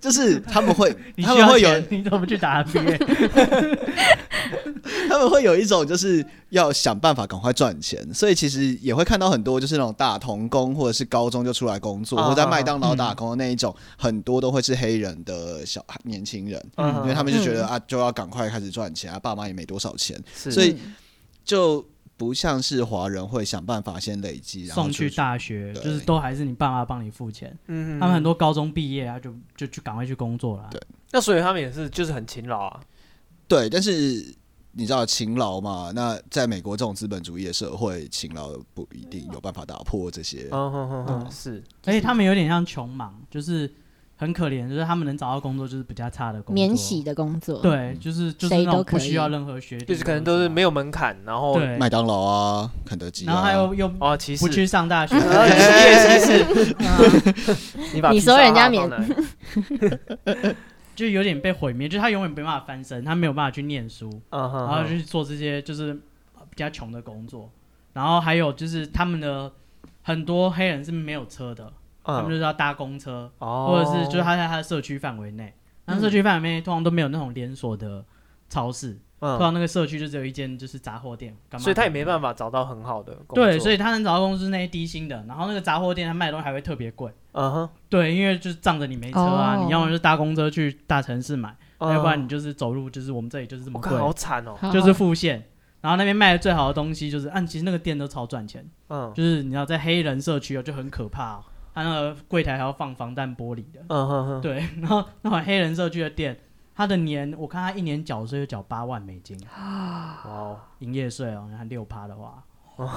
Speaker 4: 就是他们会，
Speaker 2: 你
Speaker 4: 他
Speaker 2: 需
Speaker 4: 们
Speaker 2: 要
Speaker 4: 会有，
Speaker 2: 钱，你怎么去打 NBA？
Speaker 4: 他们会有一种就是要想办法赶快赚钱，所以其实也会看到很多就是那种打童工或者是高中就出来工作，
Speaker 1: 啊
Speaker 4: 或在麦当劳打工的那一种，很多都会是黑人的小年轻人，
Speaker 1: 嗯
Speaker 4: 因为他们就觉得啊，就要赶快开始赚钱啊，爸妈也没多少钱，
Speaker 1: 是
Speaker 4: 所以就不像是华人会想办法先累积，然后
Speaker 2: 送去
Speaker 4: 就
Speaker 2: 大学
Speaker 4: 对
Speaker 2: 就是都还是你爸妈帮你付钱。
Speaker 1: 嗯
Speaker 2: 他们很，多高中毕业啊，就就去赶快去工作了。
Speaker 4: 对
Speaker 1: 那所以他们也是就是很勤劳啊，
Speaker 4: 对，但是你知道勤劳嘛？那在美国这种资本主义的社会，勤劳不一定有办法打破这些。
Speaker 2: 哦
Speaker 1: 嗯哼哼哼，是
Speaker 2: 而且他们有点像穷忙，就是很可怜，就是他们能找到工作就是比较差的工作，
Speaker 5: 免洗。的工作，
Speaker 2: 对，就是就是
Speaker 5: 谁
Speaker 2: 那
Speaker 5: 都
Speaker 2: 种不
Speaker 5: 可以
Speaker 2: 需要任何学历，
Speaker 1: 嗯就是可能都是没
Speaker 2: 有
Speaker 1: 有门槛，然后
Speaker 2: 对，
Speaker 4: 麦当劳啊，肯德基、啊，
Speaker 2: 然后还有又
Speaker 1: 哦，其实
Speaker 2: 不去 上大学，
Speaker 1: 啊你 是夜骑士，你把
Speaker 5: 你
Speaker 1: 披
Speaker 5: 说
Speaker 1: 萨
Speaker 5: 人家
Speaker 1: 放
Speaker 5: 免
Speaker 1: 哪里
Speaker 2: 就有点被毁灭，就是他永远没办法翻身，他没有办法去念书，
Speaker 1: 嗯
Speaker 2: 然后就
Speaker 1: 哼，
Speaker 2: 去做这些就是比较穷的工作，然后还有就是他们的很多黑人是没有车的，他们就
Speaker 1: 嗯
Speaker 2: 是要搭公车，
Speaker 1: 哦
Speaker 2: 或者是就是他在他的社区范围内，那社区范围内通常都没有那种连锁的超市，通
Speaker 1: 嗯，
Speaker 2: 常那个社区就只有一间就是杂货店，干嘛
Speaker 1: 所以他也没
Speaker 2: 法。
Speaker 1: 办法找到很好的工作，
Speaker 2: 对，所
Speaker 1: 以
Speaker 2: 以他能找到公司那些低薪的，然后那个杂货店他卖的东西还会特别贵。
Speaker 1: 嗯哼，
Speaker 2: 对，因为就是仗着你没车啊，
Speaker 5: 哦
Speaker 2: 你要么就搭公车去大城市买，
Speaker 1: 嗯
Speaker 2: 要不然你就是走路，就是我们这里就是这么
Speaker 1: 我
Speaker 2: 贵
Speaker 1: 看，好惨哦，
Speaker 5: 好
Speaker 2: 就是付现。然后那边卖的最啊好的东西就是，按、其实那个店都超赚钱，
Speaker 1: 嗯，
Speaker 2: 就是你要在黑人社区哦，就很可怕、哦。他他那个柜台还要放防弹玻璃的。
Speaker 1: 嗯哼哼，
Speaker 2: 对， 然后那款黑人社区的店，他的年我看他一年缴税就缴八万美金
Speaker 1: 哇哦，
Speaker 2: 营业税哦，然后六趴的话。 对，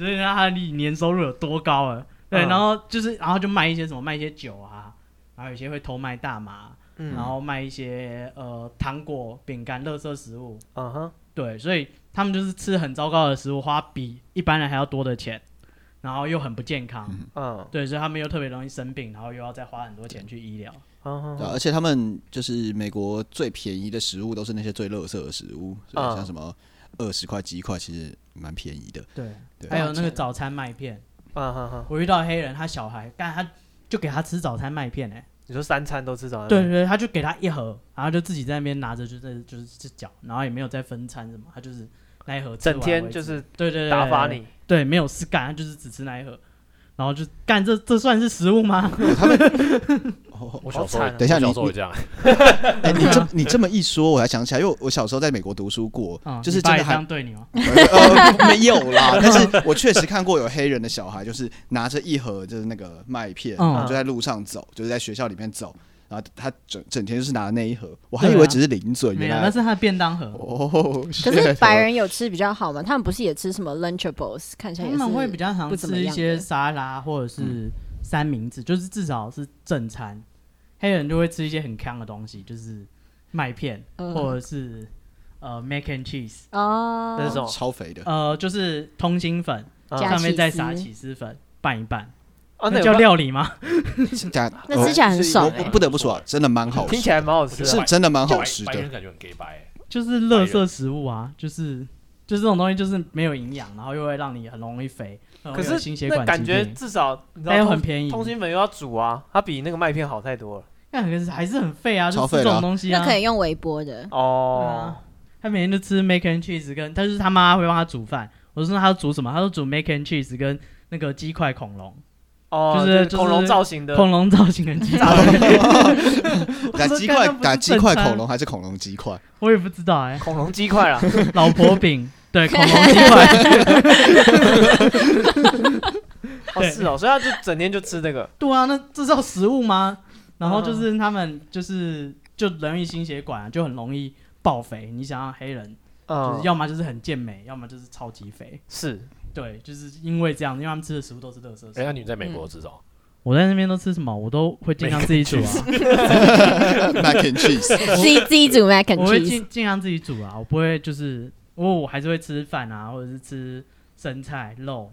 Speaker 2: 所以他的年收入有多高啊？对，
Speaker 1: 嗯
Speaker 2: 然后就是，然后就卖一些什么，卖一些酒啊，然后有些会偷卖大麻，
Speaker 1: 嗯
Speaker 2: 然后卖一些呃糖果、饼干、垃圾食物，
Speaker 1: 嗯哼，
Speaker 2: 对，所以他们就是吃很糟糕的食物，花比一般人还要多的钱，然后又很不健康，
Speaker 1: 嗯
Speaker 2: 对，所以他们又特别容易生病，然后又要再花很多钱去医疗。
Speaker 1: 嗯
Speaker 4: 对啊
Speaker 1: 哼，
Speaker 4: 而且他们就是美国最便宜的食物都是那些最垃圾的食物，所以
Speaker 1: 嗯
Speaker 4: 像什么二十块鸡块其实蛮便宜 的。
Speaker 2: 对，
Speaker 4: 对
Speaker 2: 还有那个早餐麦片，
Speaker 1: 嗯哼哼，
Speaker 2: 我遇到黑人，他小孩，但他就给他吃早餐麦片哎、
Speaker 1: 你说三餐都吃早餐？
Speaker 2: 对对，对，他就给他一盒，然后就自己在那边拿着，就在就是吃嚼，然后也没有再分餐什么，他就是那一盒吃
Speaker 1: 整
Speaker 2: 完
Speaker 1: 天
Speaker 2: 为
Speaker 1: 就
Speaker 2: 止
Speaker 1: 是
Speaker 2: 对对对
Speaker 1: 打发，
Speaker 2: 对
Speaker 1: 你，
Speaker 2: 对，没有事干，他就是只吃那一盒，然后就干这这算是食物吗？
Speaker 4: 哦，
Speaker 3: 我小时候
Speaker 1: 好惨啊
Speaker 3: 也，
Speaker 4: 等一下
Speaker 3: 我
Speaker 4: 你
Speaker 3: 小时候也这样，
Speaker 4: 哎，你这你这么一说，我才想起来，因为我小时候在美国读书过
Speaker 2: 啊，
Speaker 4: 就
Speaker 2: 你
Speaker 4: 是
Speaker 2: 爸
Speaker 4: 真
Speaker 2: 也
Speaker 4: 的
Speaker 2: 这
Speaker 4: 还
Speaker 2: 样对你吗？
Speaker 4: 呃没有啦，但是我确实看过有黑人的小孩，就是拿着一盒就是那个麦片，
Speaker 2: 嗯
Speaker 4: 然后就在路上走，就是在学校里面走，然后他整整天就是拿那一盒，我还以
Speaker 2: 对
Speaker 4: 为
Speaker 2: 啊
Speaker 4: 只是零嘴，
Speaker 2: 没
Speaker 4: 原
Speaker 2: 有，那
Speaker 4: 来
Speaker 2: 是他的便当盒，
Speaker 4: 哦，
Speaker 5: 可
Speaker 4: 可
Speaker 5: 是白人有吃比较好嘛？他们不是也吃什么 Lunchables？看起
Speaker 2: 他
Speaker 5: 来也是
Speaker 2: 们会比较常
Speaker 5: 不怎么
Speaker 2: 吃一
Speaker 5: 样
Speaker 2: 些
Speaker 5: 的嗯
Speaker 2: 沙拉或者是三明治，就是至少是正餐。黑人就会吃一些很康的东西，就是麦片、
Speaker 5: 嗯
Speaker 2: 或者是呃 mac and cheese，
Speaker 5: 哦，
Speaker 1: 那是什么？
Speaker 4: 超肥的，
Speaker 2: 呃就是通心粉，
Speaker 1: 嗯
Speaker 5: 加
Speaker 2: 上面再
Speaker 5: 起司
Speaker 2: 撒起司粉拌一拌，
Speaker 1: 啊，
Speaker 2: 那
Speaker 1: 那
Speaker 2: 叫
Speaker 1: 有
Speaker 2: 料理吗？
Speaker 4: 加
Speaker 5: 那吃起来很
Speaker 4: 我
Speaker 5: 爽
Speaker 4: 我
Speaker 5: 哎
Speaker 4: 不。得不说啊，真的蛮好
Speaker 1: 听
Speaker 4: 吃
Speaker 1: 起来蛮好
Speaker 3: 我
Speaker 1: 吃
Speaker 3: 觉
Speaker 1: 的
Speaker 3: 得
Speaker 4: 是真的蛮好
Speaker 3: 白
Speaker 4: 吃
Speaker 3: 白人
Speaker 4: 的。
Speaker 3: 感觉很 gay 白欸，
Speaker 2: 就是垃圾食物啊，就是就是这种东西就是没有营养，然后又会让你很容易肥，很容
Speaker 1: 可
Speaker 2: 易有心
Speaker 1: 是
Speaker 2: 血
Speaker 1: 那
Speaker 2: 管
Speaker 1: 感
Speaker 2: 疾
Speaker 1: 觉
Speaker 2: 病
Speaker 1: 至少你知
Speaker 2: 但
Speaker 1: 道
Speaker 2: 又
Speaker 1: 通
Speaker 2: 很便宜，
Speaker 1: 通心粉又要煮啊，它比那个麦片好太多了。
Speaker 2: 但可是还是很废啊，就
Speaker 4: 超
Speaker 2: 是
Speaker 4: 废
Speaker 2: 这
Speaker 4: 的啊
Speaker 2: 种东西
Speaker 5: 那
Speaker 2: 啊。
Speaker 5: 可以用微 波的，
Speaker 2: 对
Speaker 1: 哦
Speaker 2: 啊，，他每天就吃 mac and cheese 跟，但是他妈会帮他煮饭。我说他煮什么？他说煮 mac and cheese 跟那个鸡块恐龙，
Speaker 1: 哦，
Speaker 2: 就是
Speaker 1: 恐龙
Speaker 2: 就是
Speaker 1: 造型的，
Speaker 2: 恐龙造型的鸡
Speaker 1: 炸
Speaker 2: 块。
Speaker 4: 打
Speaker 2: 我说
Speaker 4: 鸡
Speaker 2: 干
Speaker 4: 块
Speaker 2: 那不是
Speaker 4: 打鸡块
Speaker 2: 正餐
Speaker 4: 恐龙还是恐龙鸡块？
Speaker 2: 我也不知道哎、
Speaker 1: 恐龙鸡块啊 啦。
Speaker 2: 老婆饼，对，恐龙鸡块，
Speaker 1: 哦，
Speaker 2: 对
Speaker 1: 是哦，所以他就整天就吃这个。
Speaker 2: 对啊，那这叫食物吗？然后就是他们就是就容易心血管、啊、就很容易爆肥。你想要黑人，就
Speaker 1: 嗯，
Speaker 2: 是要么就是很健美，要么就是超级肥。
Speaker 1: 是
Speaker 2: 对，就是因为这样，因为他们吃的食物都是垃圾食物。
Speaker 3: 哎，那你在美国吃什么？
Speaker 2: 我在那边都吃什么，我都会尽量自己煮啊，
Speaker 4: mac and cheese，
Speaker 5: 自己自己煮 mac and
Speaker 2: 我会
Speaker 5: cheese，
Speaker 2: 尽尽量自己煮啊，我不会就是，我我还是会吃饭啊，或者是吃生菜、肉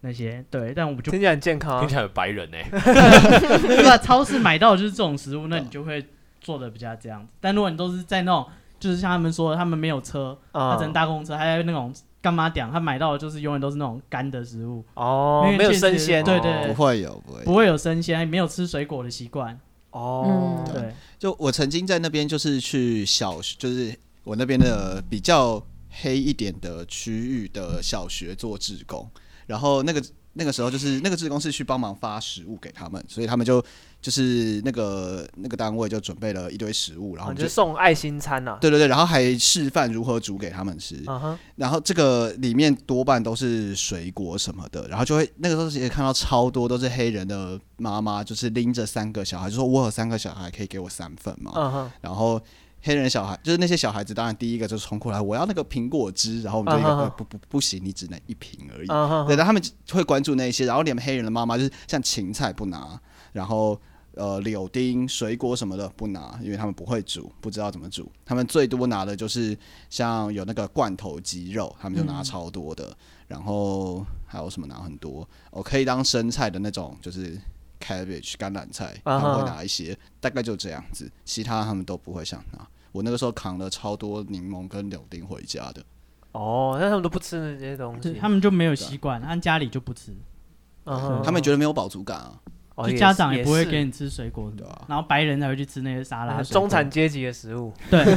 Speaker 2: 那些，对，但我就
Speaker 1: 听起来很健康啊
Speaker 3: 听起。来很白人哎，
Speaker 2: 对吧？超市买到的就是这种食物，那你就会做的比较这样子。但如果你都是在那种，就是像他们说的，他们没有车，他只能
Speaker 1: 嗯，
Speaker 2: 搭公车，还有那种干妈店，他买到的就是永远都是那种干的食物，
Speaker 1: 哦，没有
Speaker 2: 现
Speaker 1: 生
Speaker 2: 实
Speaker 1: 鲜，
Speaker 2: 对
Speaker 4: 不
Speaker 2: 对，
Speaker 4: 会有不会有
Speaker 2: 不会有生鲜，没有吃水果的习惯。
Speaker 1: 哦，
Speaker 5: 嗯
Speaker 2: 对，
Speaker 4: 就我曾经在那边就是去小，就是我那边的比较黑一点的区域的小学做志工，然后那个那个时候就是那个志工是去帮忙发食物给他们，所以他们就就是那个那个单位就准备了一堆食物，然后
Speaker 1: 哦
Speaker 4: 我
Speaker 1: 你
Speaker 4: 们
Speaker 1: 就
Speaker 4: 就。
Speaker 1: 送爱心餐呐。
Speaker 4: 对对对，然后还示范如何煮给他们吃，
Speaker 1: 嗯哼，
Speaker 4: 然后这个里面多半都是水果什么的，然后就会那个时候也看到超多都是黑人的妈妈，就是拎着三个小孩，就说我有三个小孩，可以给我三份吗？
Speaker 1: 嗯哼，
Speaker 4: 然后黑人小孩就是那些小孩子，当然第一个就冲过来，我要那个苹果汁，然后我们就一个、
Speaker 1: 啊哈哈
Speaker 4: 呃不不不行，你只能一瓶而已。
Speaker 1: 嗯哼
Speaker 4: 对，
Speaker 1: 哼，
Speaker 4: 但他们会关注那些，然后连黑人的妈妈就是像芹菜不拿，然后呃柳丁、水果什么的不拿，因为他们不会煮，不知道怎么煮。他们最多拿的就是像有那个罐头鸡肉，他们就拿
Speaker 2: 嗯
Speaker 4: 超多的，然后还有什么拿很多哦，可以当生菜的那种就是。cabbage 橄榄菜，他
Speaker 1: 啊哈
Speaker 4: 们会拿一些，大概就这样子，其他他们都不会想拿。我那个时候扛了超多柠檬跟柳丁回家的，
Speaker 1: 哦，那他们都不吃那些东
Speaker 2: 就
Speaker 1: 西
Speaker 2: 是。他们就没有习惯，他们家里就不吃，
Speaker 1: 嗯哼
Speaker 4: 他们觉得没有饱足感啊，
Speaker 1: 哦
Speaker 2: 就
Speaker 1: 也
Speaker 2: 家
Speaker 1: 是
Speaker 2: 长也
Speaker 1: 也
Speaker 2: 不会
Speaker 1: 是
Speaker 2: 给你吃水果什
Speaker 4: 对
Speaker 2: 么
Speaker 4: 啊。
Speaker 2: 然后白人才会去吃那些沙拉
Speaker 1: 嗯
Speaker 2: 水果。
Speaker 1: 中产阶级的食 物。
Speaker 2: 对，真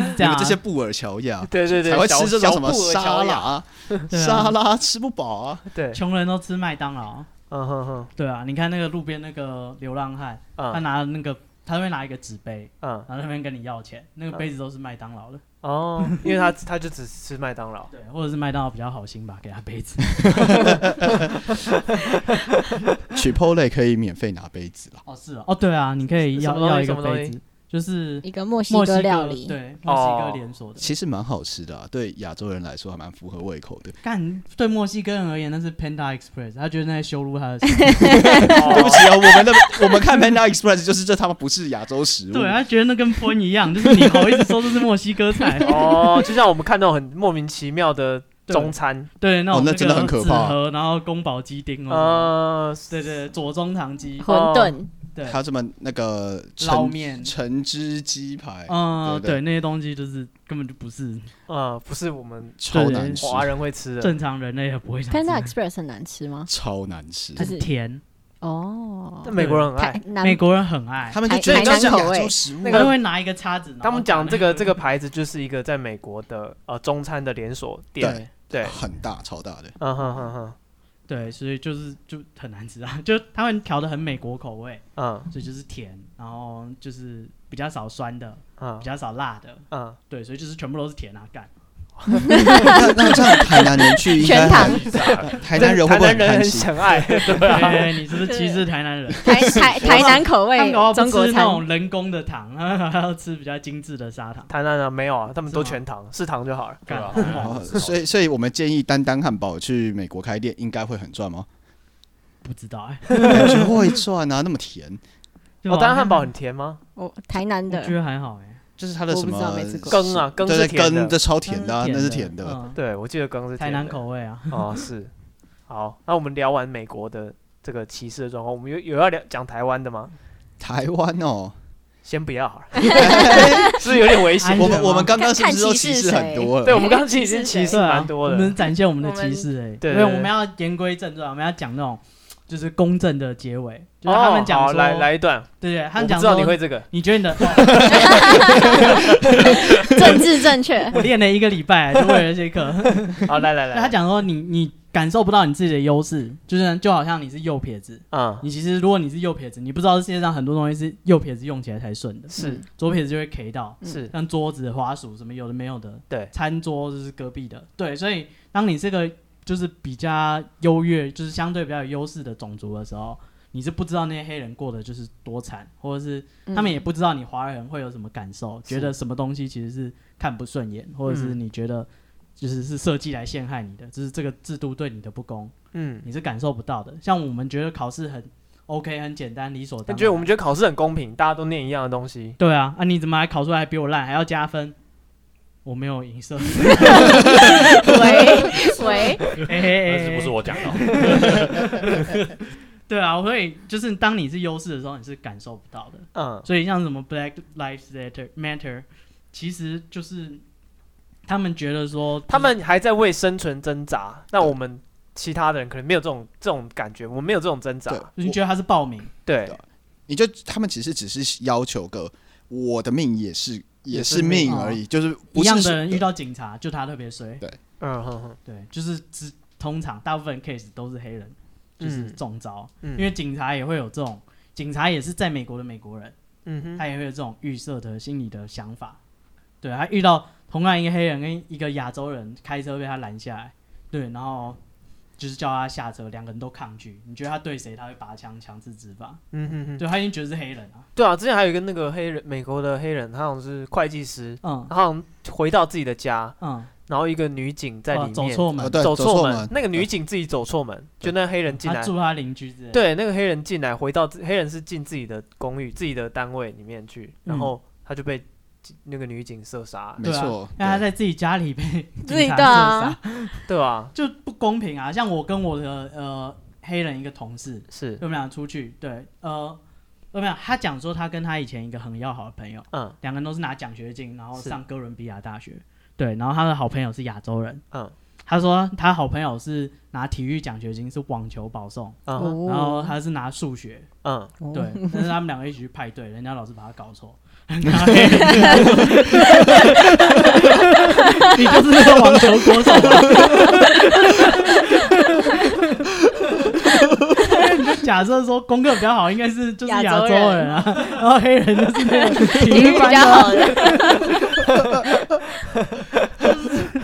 Speaker 2: 的是这
Speaker 4: 你
Speaker 2: 样啊。
Speaker 4: 们这些布尔乔亚，
Speaker 1: 对对对，
Speaker 4: 才会
Speaker 1: 小
Speaker 4: 吃这种什么
Speaker 1: 小布尔
Speaker 4: 沙
Speaker 1: 乔亚
Speaker 4: 拉，
Speaker 2: 对啊
Speaker 4: 沙拉吃不饱啊。
Speaker 1: 对，
Speaker 2: 穷人都吃麦当劳。
Speaker 1: 嗯哼 哼，
Speaker 2: 对啊，你看那个路边那个流浪汉，他
Speaker 1: 嗯
Speaker 2: 拿那个他会拿一个纸杯，
Speaker 1: 嗯，
Speaker 2: 然后那边跟你要钱，那个杯子都是麦当劳的。
Speaker 1: 哦，因为他他就只吃麦当 劳，
Speaker 2: 对，或者是麦当劳比较好心吧，给他 杯子。
Speaker 4: Chipotle 可以免费拿杯子啦。
Speaker 2: 哦，是哦，哦，对啊，你可以
Speaker 1: 什
Speaker 2: 要
Speaker 1: 么东西
Speaker 2: 要一个
Speaker 1: 什么东西
Speaker 2: 杯子，就是
Speaker 5: 一个墨西
Speaker 2: 墨西
Speaker 5: 哥
Speaker 2: 哥
Speaker 5: 料理，
Speaker 2: 对，墨西
Speaker 1: 哦
Speaker 2: 哥连锁的。
Speaker 4: 其实蛮好吃的、啊，对亚洲人来说还蛮符合胃口的。
Speaker 2: 干对啊墨西哥人而言，那是 Panda Express，他觉得那在羞辱他的食物，
Speaker 1: 对，
Speaker 4: 对不起哦，我们的 我们看 Panda Express 就是这他妈不是亚洲食物。
Speaker 2: 对啊他觉得那跟风一样，就是你好意思说这是墨西哥菜
Speaker 1: 哦，就像我们看那种很莫名其妙的中餐，
Speaker 2: 对，那
Speaker 4: 哦
Speaker 2: 种
Speaker 4: 那
Speaker 2: 个
Speaker 4: 真的很可怕
Speaker 2: 纸盒，然后宫保鸡丁哦，
Speaker 1: 呃，
Speaker 2: 对对，左宗棠鸡，
Speaker 5: 馄饨，
Speaker 2: 对，
Speaker 4: 他这么那个
Speaker 2: 捞
Speaker 4: 橙
Speaker 2: 面，
Speaker 4: 橙汁鸡排，
Speaker 2: 嗯，
Speaker 4: 对对
Speaker 2: 对，那些东西就是根本就不是
Speaker 1: 呃，不是我们
Speaker 4: 超难吃，
Speaker 1: 华人会吃的，
Speaker 2: 正常人类也不会想吃
Speaker 5: Panda Express 很难吃吗？
Speaker 4: 超难吃。
Speaker 5: 就是
Speaker 2: 很甜，
Speaker 5: 哦，
Speaker 1: 但美国人很
Speaker 5: 台
Speaker 1: 爱。
Speaker 5: 南
Speaker 2: 美国人很爱，
Speaker 4: 他们就觉得
Speaker 5: 台
Speaker 4: 这
Speaker 5: 南
Speaker 4: 是
Speaker 5: 口
Speaker 4: 亚
Speaker 5: 味
Speaker 4: 洲食物啊
Speaker 1: 那
Speaker 2: 他
Speaker 1: 个
Speaker 2: 们会拿一个叉子，然后
Speaker 1: 他们讲这
Speaker 2: 把那
Speaker 1: 个这个牌子就是一个在美国的呃中餐的连锁店，
Speaker 4: 对
Speaker 1: 对，
Speaker 4: 很大超大的，
Speaker 1: 嗯哼哼哼，
Speaker 2: 对，所以就是就很难吃啊， 就他们调的很美国口味，
Speaker 1: 嗯
Speaker 2: 所以就是甜，然后就是比较少酸的，
Speaker 1: 嗯
Speaker 2: 比较少辣的，
Speaker 1: 嗯，
Speaker 2: 对，所以就是全部都是甜啊，干。
Speaker 4: 那那这样台南人去应该
Speaker 5: 全糖
Speaker 4: 还台南人会不会
Speaker 1: 台
Speaker 4: 很
Speaker 1: 南人
Speaker 4: 贪
Speaker 1: 很
Speaker 4: 心？
Speaker 1: 想爱， 对啊，
Speaker 2: 对，你是不是歧视台 南人？
Speaker 5: 台台台南口
Speaker 2: 他
Speaker 5: 味
Speaker 2: 们搞不好
Speaker 5: 中
Speaker 2: 不
Speaker 5: 国
Speaker 2: 吃那
Speaker 5: 餐，
Speaker 2: 种人工的糖， 他们还要吃比较精致的砂糖。
Speaker 1: 台南人没有啊，他们都
Speaker 2: 是吗
Speaker 1: 全糖，是糖就好了。
Speaker 3: 对啊吧？
Speaker 4: 哦 所以，所以我们建议丹丹汉堡去美国开店，应该会很赚 吗？
Speaker 2: 不知道哎、
Speaker 4: 感觉会赚啊，那么甜，
Speaker 2: 对吧
Speaker 1: 哦，丹汉堡很甜 吗？
Speaker 5: 哦，台南
Speaker 2: 我
Speaker 5: 的
Speaker 2: 觉得还好哎、
Speaker 4: 就是它的
Speaker 5: 我
Speaker 4: 什
Speaker 5: 不
Speaker 4: 么
Speaker 5: 知道没吃过
Speaker 1: 羹啊羹是
Speaker 4: 对对
Speaker 1: 甜的
Speaker 4: 羹这超甜的啊，那是甜的。
Speaker 2: 嗯
Speaker 1: 对，我记得羹是
Speaker 2: 台
Speaker 1: 甜
Speaker 2: 南
Speaker 1: 的
Speaker 2: 口味啊。
Speaker 1: 哦，是。好，那我们聊完美国的这个歧视的状况，我们有有要聊讲台湾的吗？
Speaker 4: 台湾 哦，
Speaker 1: 先不要好了，是不是有点危险
Speaker 2: 安全。
Speaker 4: 我
Speaker 2: 吗
Speaker 4: 们我们刚刚是不是
Speaker 5: 看
Speaker 4: 都
Speaker 5: 看歧
Speaker 4: 歧
Speaker 5: 视
Speaker 4: 视很多了？
Speaker 1: 对，我们刚刚其实已经歧
Speaker 5: 歧
Speaker 1: 视
Speaker 2: 对啊
Speaker 1: 蛮，多
Speaker 2: 我
Speaker 1: 的。
Speaker 2: 们展现我们的
Speaker 5: 我们
Speaker 2: 歧视哎、欸，
Speaker 1: 对
Speaker 2: 因为
Speaker 1: 对对
Speaker 2: 我们要言归正传，我们要讲那种就是公正的结尾，就是他
Speaker 1: 哦
Speaker 2: 们，讲
Speaker 1: 好，
Speaker 2: 说，
Speaker 1: 来来一段，
Speaker 2: 对对，他
Speaker 1: 我
Speaker 2: 们
Speaker 1: 不
Speaker 2: 讲
Speaker 1: 知道
Speaker 2: 说
Speaker 1: 你会这 个，
Speaker 2: 你觉得你的，哦
Speaker 5: 政治正确
Speaker 2: 我练了一个礼拜，就为了这课。
Speaker 1: 好，来来
Speaker 2: 那 他
Speaker 1: 来，
Speaker 2: 讲说你你感受不到你自己的优势，就是就好像你是右撇子，
Speaker 1: 嗯，
Speaker 2: 你其实如果你是右撇子，你不知道世界上很多东西是右撇子用起来才顺的，
Speaker 1: 是
Speaker 2: 左撇子就会 K 到，
Speaker 1: 是，
Speaker 2: 像桌子、滑鼠什么有的没有的，
Speaker 1: 对
Speaker 2: 餐桌就是隔壁的，对，所以当你这个就是比较优越，就是相对比较有优势的种族的时候。你是不知道那些黑人过得就是多惨，或者是 他们也不知道你华人会有什么感受，觉得什么东西其实是看不顺眼，或者是
Speaker 1: 嗯
Speaker 2: 你觉得就是是设计来陷害你的，就是这个制度对你的不公。
Speaker 1: 嗯，
Speaker 2: 你是感受不到的。像我们觉得考试很 OK，很简单，理所当
Speaker 1: 你
Speaker 2: 然。
Speaker 1: 觉得我们觉得考试很公平，大家都念一样的东西，
Speaker 2: 对啊，啊你怎么还考出来还比我烂，还要加 分？我没有银色，
Speaker 5: 嗯喂 喂，
Speaker 2: 嘿嘿嘿
Speaker 3: 但是不是我讲的哦？
Speaker 2: 对啊，所以就是当你是优势的时候，你是感受不到的。
Speaker 1: 嗯
Speaker 2: 所以像什么 Black Lives Matter Matter，其实就是他们觉得说，
Speaker 1: 他们还在为生存挣扎，那我们其他的人可能没有这种这种感觉，我们没有这种挣扎
Speaker 4: 对，，
Speaker 2: 就是你
Speaker 4: 我
Speaker 2: 觉得他是暴民，
Speaker 1: 对，
Speaker 4: 你就他们其实只是要求个我的命也是也
Speaker 2: 也
Speaker 4: 是
Speaker 2: 是
Speaker 4: 命
Speaker 2: 命哦
Speaker 4: 而已，就是
Speaker 2: 一
Speaker 4: 不是
Speaker 2: 样
Speaker 4: 说
Speaker 2: 的人遇到警察就他特别衰。
Speaker 1: 嗯哼哼，
Speaker 2: 对，就是只通常大部分 case 都是黑人，就是
Speaker 1: 嗯
Speaker 2: 中招，
Speaker 1: 嗯
Speaker 2: 因为警察也会有这种，警察也是在美国的美国人，
Speaker 1: 嗯哼，
Speaker 2: 他也会有这种预设的心理的想法。对他遇到同样一个黑人跟一个亚洲人开车被他拦下来，对，然后就是叫他下车，两个人都抗拒。你觉得他对谁他会拔枪强制执法？
Speaker 1: 嗯哼哼，
Speaker 2: 对他已经觉得是黑人啊，
Speaker 1: 对啊，之前还有一个那个黑人，美国的黑人，他好像是会计师，
Speaker 2: 嗯
Speaker 1: 他好像回到自己的家，
Speaker 2: 嗯，
Speaker 1: 然后一个女警在里
Speaker 2: 哦
Speaker 1: 面、
Speaker 2: 走错
Speaker 4: 呃
Speaker 2: 门，
Speaker 4: 对
Speaker 1: 走
Speaker 4: 错
Speaker 1: 门，那个女警自己走错门，就那黑人进
Speaker 2: 他
Speaker 1: 来，
Speaker 2: 住他邻居之类的，
Speaker 1: 对，那个黑人进来，回到自黑人是进自己的公寓、自己的单位里面去，然后他就被警那个女警射杀，
Speaker 4: 没
Speaker 2: 对啊
Speaker 4: 错，
Speaker 2: 但他在自己家里被
Speaker 5: 自己
Speaker 2: 警察
Speaker 5: 的啊
Speaker 2: 射杀
Speaker 1: 对啊，
Speaker 2: 就不公平啊！像我跟我的呃黑人一个同事，
Speaker 1: 是，
Speaker 2: 我们俩出去，对，呃，我们俩他讲说他跟他以前一个很要好的朋友，
Speaker 1: 嗯
Speaker 2: 两个人都是拿奖学金，然后
Speaker 1: 是
Speaker 2: 上哥伦比亚大学，对，然后他的好朋友是亚洲人，
Speaker 1: 嗯
Speaker 2: 他说他好朋友是拿体育奖学金，是网球保送，
Speaker 1: 嗯
Speaker 2: 然后他是拿数学，
Speaker 1: 嗯，
Speaker 2: 对
Speaker 5: 哦，
Speaker 2: 但是他们两个一起去派对，人家老是把他搞 错。拿黑人你就是那个网球国 手啊吧。你就假设说功课比较好，应该是就是亚洲人 啊，然后黑人就是那个体
Speaker 5: 体育
Speaker 2: 育
Speaker 5: 比
Speaker 2: 班的
Speaker 5: 较
Speaker 2: 啊
Speaker 5: 好的，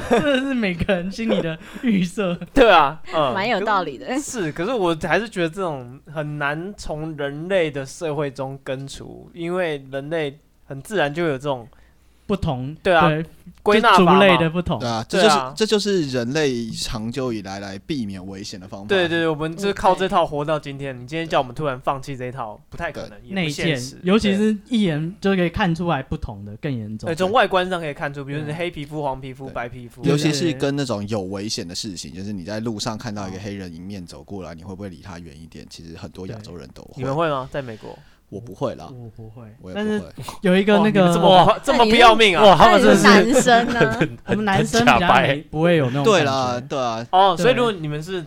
Speaker 2: 真的是每个人心里的预设。
Speaker 1: 对啊，嗯，
Speaker 5: 蛮有道理 的。
Speaker 1: 是，可是我还是觉得这种很难从人类的社会中根除，因为人类很自然就有这种
Speaker 2: 不同，
Speaker 1: 对啊归纳
Speaker 2: 就
Speaker 1: 法
Speaker 2: 族
Speaker 1: 嘛
Speaker 2: 类的不同
Speaker 4: 对，啊，这
Speaker 1: 对
Speaker 4: 就是、
Speaker 1: 啊
Speaker 4: 这就是人类长久以来来避免危险的方法。
Speaker 1: 对对对，我们就是靠这套活到今天。你今天叫我们突然放弃这一套，不太可能，也
Speaker 2: 内
Speaker 1: 不现
Speaker 2: 建
Speaker 1: 实。，
Speaker 2: 尤其
Speaker 1: 对呃
Speaker 2: 是一眼就可以看出来不同的更严重
Speaker 1: 对，。从外观上可以看出，比如你
Speaker 2: 对
Speaker 1: 黑皮肤、黄皮肤、
Speaker 4: 对
Speaker 1: 白皮肤，
Speaker 4: 尤其是
Speaker 1: 对
Speaker 4: 跟那种有危险的事情，就是你在路上看到一个黑人迎面走过来，你会不会离他远一点？其实很多亚洲人都
Speaker 1: 你们
Speaker 4: 会，
Speaker 1: 会吗？在美国，
Speaker 4: 我不会啦，
Speaker 2: 我不会
Speaker 4: 我，也
Speaker 2: 嗯但
Speaker 4: 不
Speaker 2: 是
Speaker 4: 会。
Speaker 2: 有一个
Speaker 1: 哇
Speaker 2: 那
Speaker 1: 你们
Speaker 2: 个
Speaker 1: 这么快这么不要命啊！
Speaker 3: 哇，他们真
Speaker 5: 那
Speaker 3: 的
Speaker 5: 你
Speaker 3: 是
Speaker 5: 男生啊 呢？
Speaker 2: 我们男生
Speaker 3: 很
Speaker 2: 比
Speaker 3: 假
Speaker 2: 较
Speaker 3: 掰
Speaker 2: 没不会有那种
Speaker 4: 对
Speaker 2: 感
Speaker 4: 啦，
Speaker 2: 觉
Speaker 4: 对啊，
Speaker 1: 哦，所以
Speaker 2: 对
Speaker 1: 如果你们是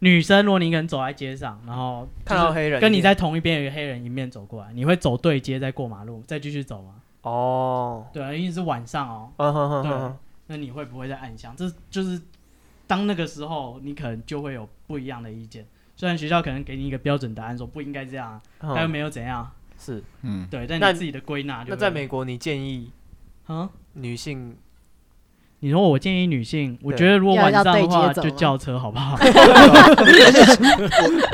Speaker 2: 女生，如果你一个人走在街上，然后
Speaker 1: 看到黑人，
Speaker 2: 跟你在同一边有一个黑人迎面走过来，你会走对街再过马路再继续走吗？
Speaker 1: 哦，
Speaker 2: 对啊，因为是晚上哦，
Speaker 1: 嗯哼哼
Speaker 2: 对
Speaker 1: 哼哼，
Speaker 2: 那你会不会在暗箱？这就是当那个时候，你可能就会有不一样的意见。虽然学校可能给你一个标准答案，说不应该这样啊，
Speaker 1: 嗯
Speaker 2: 但又没有怎样，
Speaker 1: 是。
Speaker 4: 嗯，
Speaker 2: 对，但
Speaker 1: 那
Speaker 2: 你自己的归纳就
Speaker 1: 那
Speaker 2: 会
Speaker 1: 在美国，你建议
Speaker 2: 啊，
Speaker 1: 女性
Speaker 2: 你说我建议女性，我
Speaker 1: 对
Speaker 2: 觉得如果晚上的
Speaker 5: 要
Speaker 2: 话
Speaker 5: 要
Speaker 2: 就
Speaker 5: 对接走吗
Speaker 2: 叫车好不 好？
Speaker 4: 我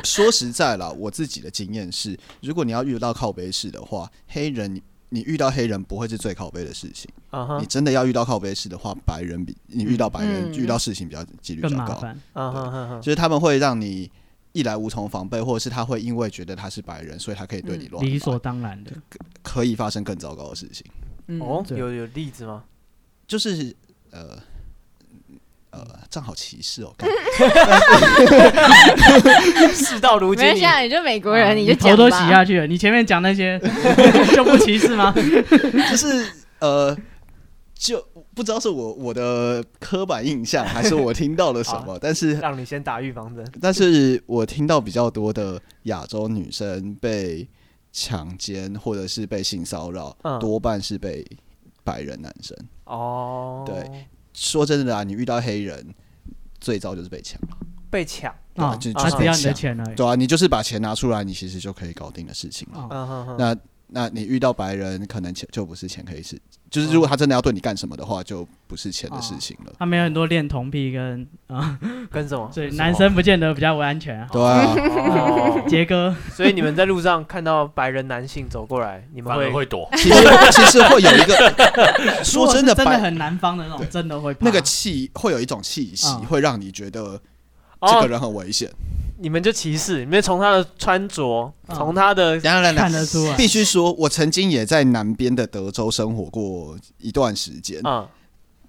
Speaker 4: 说实在啦，我自己的经验是，如果你要遇到靠背式的话，黑人你遇到黑人不会是最靠背的事情。
Speaker 1: 啊
Speaker 4: 你
Speaker 1: 哈
Speaker 4: 真的要遇到靠背式的话，白人比你遇到白人、
Speaker 5: 嗯
Speaker 4: 遇到事情比较几率比
Speaker 2: 更
Speaker 4: 较
Speaker 2: 麻
Speaker 4: 高，
Speaker 2: 烦。
Speaker 1: 啊哈哈哈，
Speaker 4: 就是他们会让你一来无从防备，或者是他会因为觉得他是白人，所以他可以对你乱来，
Speaker 2: 嗯理所当然的，
Speaker 4: 可以发生更糟糕的事情。
Speaker 5: 嗯
Speaker 1: 哦，
Speaker 2: 对
Speaker 1: 有有例子 吗？
Speaker 4: 就是呃呃，这样好歧视哦。
Speaker 1: 事到如今
Speaker 5: 没，关
Speaker 1: 你
Speaker 5: 系啊，你就美国人，
Speaker 2: 你
Speaker 5: 就
Speaker 2: 头
Speaker 5: 讲
Speaker 2: 都洗啊
Speaker 5: 吧。
Speaker 2: 下去了。你前面讲那些 就不歧视吗？
Speaker 4: 就是呃，就不知道是我我的刻板印象，还是我听到了什么，但是
Speaker 1: 让你先打预防针。
Speaker 4: 但是我听到比较多的亚洲女生被强奸或者是被性骚扰，
Speaker 1: 嗯
Speaker 4: 多半是被白人男生。
Speaker 1: 哦，
Speaker 4: 对，说真的啊，你遇到黑人。最糟就是被抢了，
Speaker 1: 被抢，
Speaker 4: 对啊
Speaker 2: 啊，
Speaker 4: 就
Speaker 1: 就
Speaker 2: 他
Speaker 1: 是
Speaker 2: 只要你的
Speaker 4: 想
Speaker 2: 钱而已。
Speaker 4: 对啊，你就是把钱拿出来，你其实就可以搞定的事情了。
Speaker 2: 啊
Speaker 1: 嗯哼哼，
Speaker 4: 那那你遇到白人，可能钱就不是钱可以是，就是如果他真的要对你干什么的话，就不是钱的事情了。
Speaker 2: 他们有很多恋童癖跟啊，
Speaker 1: 跟什么？
Speaker 2: 所以
Speaker 1: 什么
Speaker 2: 男生不见得比较为安全啊。
Speaker 4: 对啊，
Speaker 1: 哦，
Speaker 2: 杰哥，
Speaker 1: 所以你们在路上看到白人男性走过来，你们
Speaker 3: 反而
Speaker 1: 会
Speaker 3: 会躲，
Speaker 4: 其实其实会有一个，
Speaker 2: 如
Speaker 4: 说
Speaker 2: 果是
Speaker 4: 真
Speaker 2: 真
Speaker 4: 的白
Speaker 2: 很南方的那种，真的会怕
Speaker 4: 那个气会有一种气息，
Speaker 2: 嗯
Speaker 4: 会让你觉得这个
Speaker 1: 哦，
Speaker 4: 人很危险。
Speaker 1: 你们就歧视，你们从他的穿着，
Speaker 2: 嗯
Speaker 1: 从他的
Speaker 4: 当然
Speaker 2: 看得出来
Speaker 4: 必须说，我曾经也在南边的德州生活过一段时间，
Speaker 1: 嗯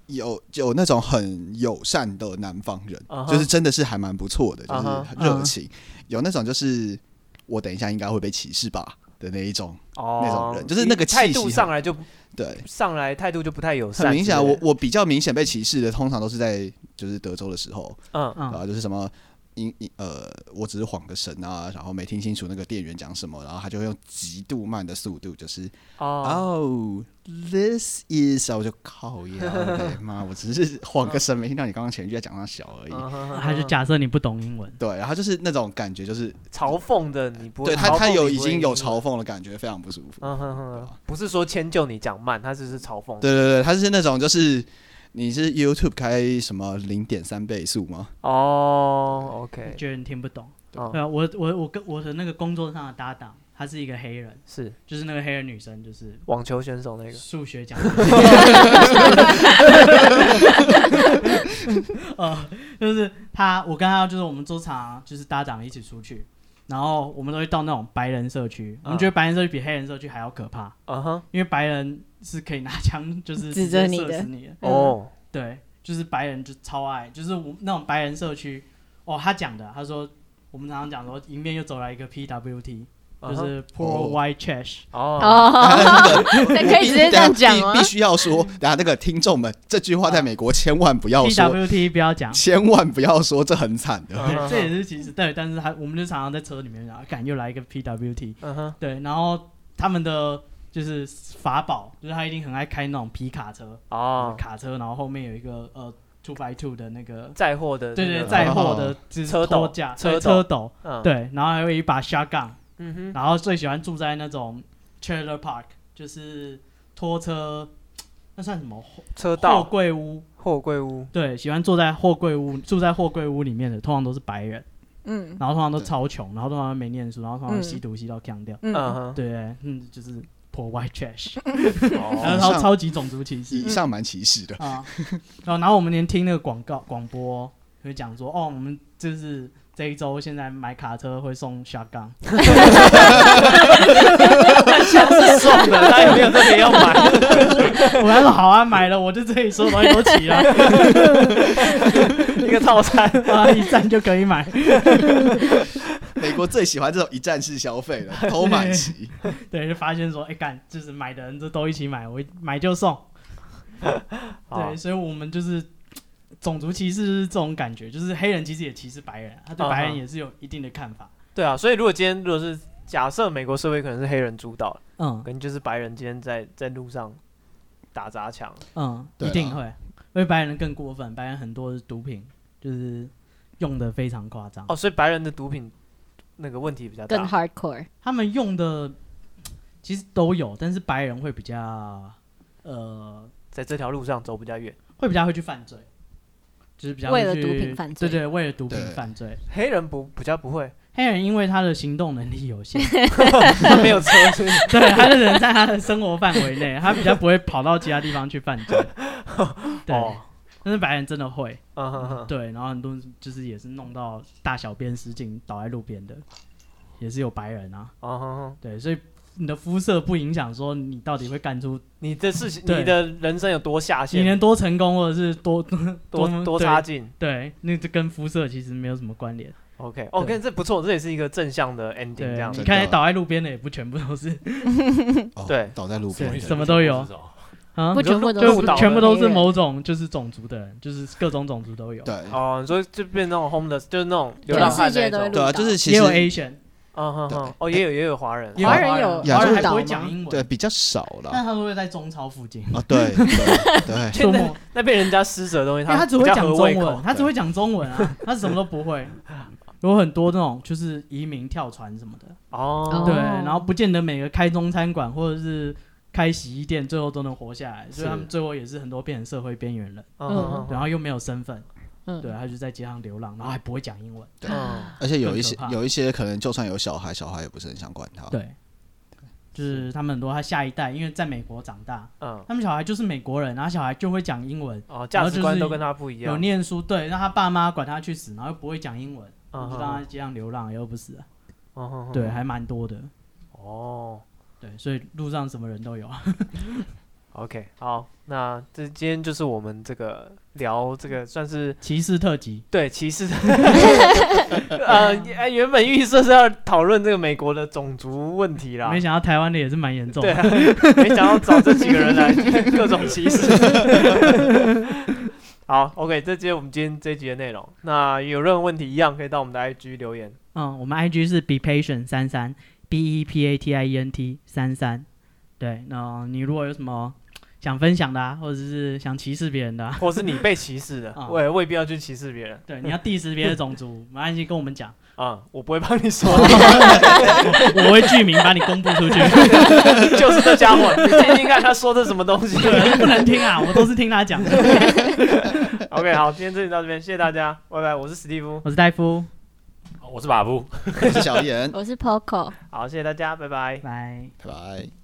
Speaker 4: 有有那种很友善的南方人
Speaker 1: 嗯哼
Speaker 4: 就是真的是还蛮不错的，就
Speaker 1: 嗯
Speaker 4: 是
Speaker 1: 哼
Speaker 4: 很热情。有那种就是我等一下应该会被歧视吧的那一种，
Speaker 1: 哦
Speaker 4: 那种人就是那个气息
Speaker 1: 态度上来就
Speaker 4: 对，
Speaker 1: 上来态度就不太友善，
Speaker 4: 很明显啊、
Speaker 1: 是不
Speaker 4: 我
Speaker 1: 是
Speaker 4: 我比较明显被歧视的，通常都是在就是德州的时候
Speaker 1: 嗯
Speaker 4: 啊、
Speaker 2: 嗯，
Speaker 4: 就是什么。因因呃，我只是晃个神啊，然后没听清楚那个店员讲什么，然后他就会用极度慢的速度，就是
Speaker 1: 哦，
Speaker 4: 哦、t h i s is，然后我就靠呀， 对妈，我只是晃个神，没听到你刚刚前一句在讲那小而已。
Speaker 1: 嗯哼哼
Speaker 2: 还是
Speaker 1: 哼
Speaker 2: 假设你不懂英文，
Speaker 4: 对，然后就是那种感觉，就是
Speaker 1: 嘲讽的你不会，
Speaker 4: 对他
Speaker 1: 嘲讽
Speaker 4: 他有
Speaker 1: 你
Speaker 4: 已
Speaker 1: 不会
Speaker 4: 经有嘲，讽的感觉，非常不舒服。
Speaker 1: 嗯哼哼，不是说迁就你讲慢，他只是嘲讽，
Speaker 4: 对对对，他是那种就是你是 YouTube 开什么零点三倍速吗？
Speaker 1: 哦，OK，
Speaker 2: 觉得你听不懂。对
Speaker 1: 嗯，
Speaker 2: 啊，我我我跟我的那个工作上的搭档，她是一个黑人，
Speaker 1: 是
Speaker 2: 就是那个黑人女生，就是
Speaker 1: 网球选手那个，
Speaker 2: 数 学奖，呃，就是他，我跟他就是我们周常就是搭档一起出去，然后我们都会到那种白人社区，我们
Speaker 1: 嗯
Speaker 2: 觉得白人社区比黑人社区还要可怕，
Speaker 1: 嗯哼，
Speaker 2: 因为白人是可以拿枪就是
Speaker 5: 指
Speaker 2: 直
Speaker 5: 着
Speaker 2: 接
Speaker 5: 你
Speaker 2: 射
Speaker 5: 的
Speaker 2: 死你的，
Speaker 1: 哦，
Speaker 2: 对，就是白人就超爱，就是我那种白人社区，哦，他讲的，他说我们常常讲说迎面又走来一个 PWT，就
Speaker 1: 嗯哼
Speaker 2: 是 Poor
Speaker 4: 哦
Speaker 2: White Trash。
Speaker 1: 哦，
Speaker 5: 哦，那 可以直接 这样讲吗
Speaker 4: 必？必须要说，然后那个听众们，这句话在美国千万不
Speaker 1: 哦
Speaker 4: 要说，
Speaker 2: PWT 不要讲，
Speaker 4: 千万不要说，这很惨的。
Speaker 1: 嗯哼
Speaker 2: 这也是其实对，但是他我们就常常在车里面然后赶又来一个 PWT，
Speaker 1: 嗯哼，
Speaker 2: 对，然后他们的就是法宝，就是他一定很爱开那种皮卡车，
Speaker 1: 哦，
Speaker 2: 卡车，然后后面有一个呃 two by two 的那个，
Speaker 1: 载货的那个，嗯
Speaker 2: 对对，
Speaker 4: 载
Speaker 2: 载货的就是
Speaker 1: 哦车斗
Speaker 2: 托架、
Speaker 1: 车斗
Speaker 2: 对车斗，
Speaker 1: 嗯，
Speaker 2: 对，然后还有一把虾杠，
Speaker 1: 嗯哼，
Speaker 2: 然后最喜欢住在那种 trailer park，就是拖车那算什么货
Speaker 1: 车
Speaker 2: 货
Speaker 1: 道
Speaker 2: 柜屋？
Speaker 1: 货柜屋，
Speaker 2: 对，喜欢坐在货柜屋、住在货柜屋里面的，通常都是白人，
Speaker 5: 嗯
Speaker 2: 然后通常都超穷，然后通常没念书，然后通常吸毒吸到呛掉。
Speaker 1: 嗯
Speaker 5: 嗯，
Speaker 1: 哼，
Speaker 2: 对，嗯，就是破 white trash，然
Speaker 1: 哦
Speaker 2: 后
Speaker 4: 以
Speaker 2: 超
Speaker 4: 上
Speaker 2: 超级种族歧视
Speaker 4: 以上蛮歧视的。
Speaker 2: 啊。然后，然后我们连听那个广告广播会讲说，哦，我们就是这一周现在买卡车会送 shotgun，
Speaker 1: 枪是送的，他也没有特别要买。
Speaker 2: 我还说好啊，买了，我就这里所有东西都齐了，
Speaker 1: 一个套餐，
Speaker 2: 啊，一站就可以买。
Speaker 4: 美国最喜欢这种一站式消费了，偷买 齐。
Speaker 2: 对，就发现说，哎、干，就是买的人就都一起买，我一买就送。
Speaker 1: 好哦
Speaker 2: 对，所以我们就是种族歧视是这种感觉，就是黑人其实也歧视白人，他对
Speaker 1: 啊
Speaker 2: 白人
Speaker 1: 哈
Speaker 2: 也是有一定的看法。
Speaker 1: 对啊，所以如果今天如果是假设美国社会可能是黑人主导，
Speaker 2: 嗯
Speaker 1: 可能就是白人今天在在路上打砸抢，
Speaker 2: 嗯，
Speaker 4: 对
Speaker 2: 一
Speaker 4: 啊
Speaker 2: 定会，因为白人更过分，白人很多是毒品，就是用的非常夸张。
Speaker 1: 哦，所以白人的毒品那个问题比较
Speaker 5: 更
Speaker 1: 大。
Speaker 5: hardcore，
Speaker 2: 他们用的其实都有，但是白人会比较呃，
Speaker 1: 在这条路上走比较远，
Speaker 2: 会比较会去犯罪。就是比较
Speaker 5: 为
Speaker 2: 会
Speaker 5: 了毒
Speaker 2: 去
Speaker 5: 品犯罪
Speaker 2: 对对，为了毒品
Speaker 4: 对
Speaker 2: 犯罪。
Speaker 1: 黑人不比较不会，
Speaker 2: 黑人因为他的行动能力有限，
Speaker 1: 他 没有车，所以
Speaker 2: 对，他的人在他的生活范围内，他比较不会跑到其他地方去犯罪。对，
Speaker 1: 哦，
Speaker 2: 但是白人真的会，
Speaker 1: 嗯哼哼，
Speaker 2: 对，然后很多就是也是弄到大小便失禁倒在路边的，也是有白人啊。
Speaker 1: 哦哼哼，
Speaker 2: 对，所以你的肤色不影响说你到底会干出
Speaker 1: 你的事情，
Speaker 2: 对
Speaker 1: 你的人生有多下
Speaker 2: 你
Speaker 1: 限，
Speaker 2: 能多成功或者是多
Speaker 1: 多多
Speaker 2: 对
Speaker 1: 差劲。
Speaker 2: 对，那这跟肤色其实没有什么关联。
Speaker 1: OK，哦，
Speaker 2: 对
Speaker 1: 跟这不错，这也是一个正向的哦 ending 这
Speaker 2: 对
Speaker 1: 样，
Speaker 2: 你
Speaker 1: 子。
Speaker 4: 真
Speaker 2: 看
Speaker 4: 的
Speaker 2: 倒在路边的也不全部都是
Speaker 4: 哦
Speaker 1: 对
Speaker 4: 倒在路边
Speaker 2: 对
Speaker 4: 的，
Speaker 2: 什么都有啊
Speaker 5: 不，
Speaker 1: 你就
Speaker 5: 全部
Speaker 1: 就
Speaker 5: 都
Speaker 2: 就是
Speaker 1: 路倒
Speaker 5: 是
Speaker 2: 全部都是
Speaker 5: 黑人
Speaker 2: 某种就是种族的人，就是各种种族都有。
Speaker 4: 对
Speaker 1: 哦，你说就变那种 homeless，就是那种流
Speaker 5: 全
Speaker 1: 浪汉
Speaker 5: 世
Speaker 1: 那
Speaker 5: 界都
Speaker 1: 种
Speaker 5: 会。
Speaker 4: 对啊，
Speaker 5: 路
Speaker 4: 就是其
Speaker 2: 也
Speaker 4: 实
Speaker 2: 有 Asian，
Speaker 1: 嗯哼哼
Speaker 4: 对，
Speaker 1: 哦，也有也有华人，
Speaker 5: 华人有
Speaker 4: 亚
Speaker 2: 华
Speaker 4: 洲
Speaker 2: 人还不
Speaker 5: 岛
Speaker 2: 会
Speaker 5: 吗
Speaker 2: 讲英文，
Speaker 4: 对比较少
Speaker 2: 但
Speaker 5: 嗯
Speaker 4: 了。
Speaker 2: 他都会在中超附近。
Speaker 4: 啊，对 对对，
Speaker 2: 周末，
Speaker 1: 那被人家施舍的东西，
Speaker 2: 因为他只会
Speaker 1: 比较
Speaker 2: 讲
Speaker 1: 合
Speaker 2: 中
Speaker 1: 胃
Speaker 2: 文，
Speaker 1: 口
Speaker 2: 他只会讲中 文啊，他什么都不会。有很多那种就是移民跳船什么的，
Speaker 1: 哦，
Speaker 2: 对，然后不见得每个开中餐馆或者是开洗衣店最后都能活下来，所以他们最后也是很多变成社会边缘人，
Speaker 1: 嗯嗯
Speaker 2: 然后又没有身份，
Speaker 5: 嗯，
Speaker 2: 对，啊他就在街上流浪，然后还不会讲英文，
Speaker 1: 嗯嗯
Speaker 4: 而且有一些
Speaker 2: 更可怕
Speaker 4: 有一些可能就算有小孩，小孩也不是很想管他。
Speaker 2: 对，就是他们很多他下一代，因为在美国长大，
Speaker 1: 嗯，
Speaker 2: 他们小孩就是美国人，然后小孩就会讲英文，
Speaker 1: 哦，价值观都跟他不一
Speaker 2: 有
Speaker 1: 样，
Speaker 2: 念书，对，让他爸妈管他去死，然后又不会讲英文，
Speaker 1: 嗯
Speaker 2: 就让他街上流浪，又不死啊，
Speaker 1: 嗯哼哼
Speaker 2: 对，还蛮多的，
Speaker 1: 哦
Speaker 2: 对，所以路上什么人都有。
Speaker 1: ，OK，好，那这今天就是我们这个聊这个算是
Speaker 2: 歧视特 辑，
Speaker 1: 对歧视的，呃，原原本预设是要讨论这个美国的种族问题啦
Speaker 2: 没，想到台湾的也是蛮严重
Speaker 1: 啊对
Speaker 2: 的。
Speaker 1: 啊，没想到找这几个人来各种歧视。 好，OK，这就是我们今天这一集的内容。那有任何问题一样可以到我们的 IG 留言。
Speaker 2: 嗯，我们 IG 是 be patient 三三 b e p a t i e n t 三三。对，那你如果有什么想分享的啊，或者是想歧视别人的、啊，
Speaker 1: 或是你被歧视的，
Speaker 2: 啊
Speaker 1: 我也未必要去歧视别人
Speaker 2: 对，你要 diss 别的种 族，没关系，跟我们讲，
Speaker 1: 啊、我不会帮你说，
Speaker 2: 我会剧名把你公布出去。
Speaker 1: 就是这家伙，你听听看他说的什么东西。
Speaker 2: 对，不能听啊，我都是听他讲的。
Speaker 1: OK，好，今天这集到这边，谢谢大家，拜拜，我是史蒂夫，
Speaker 2: 我是戴夫，
Speaker 3: 哦我是马夫。
Speaker 4: 我是小严
Speaker 5: 我是 Poco。
Speaker 1: 好，谢谢大家，拜拜。
Speaker 2: 拜。
Speaker 4: 拜拜。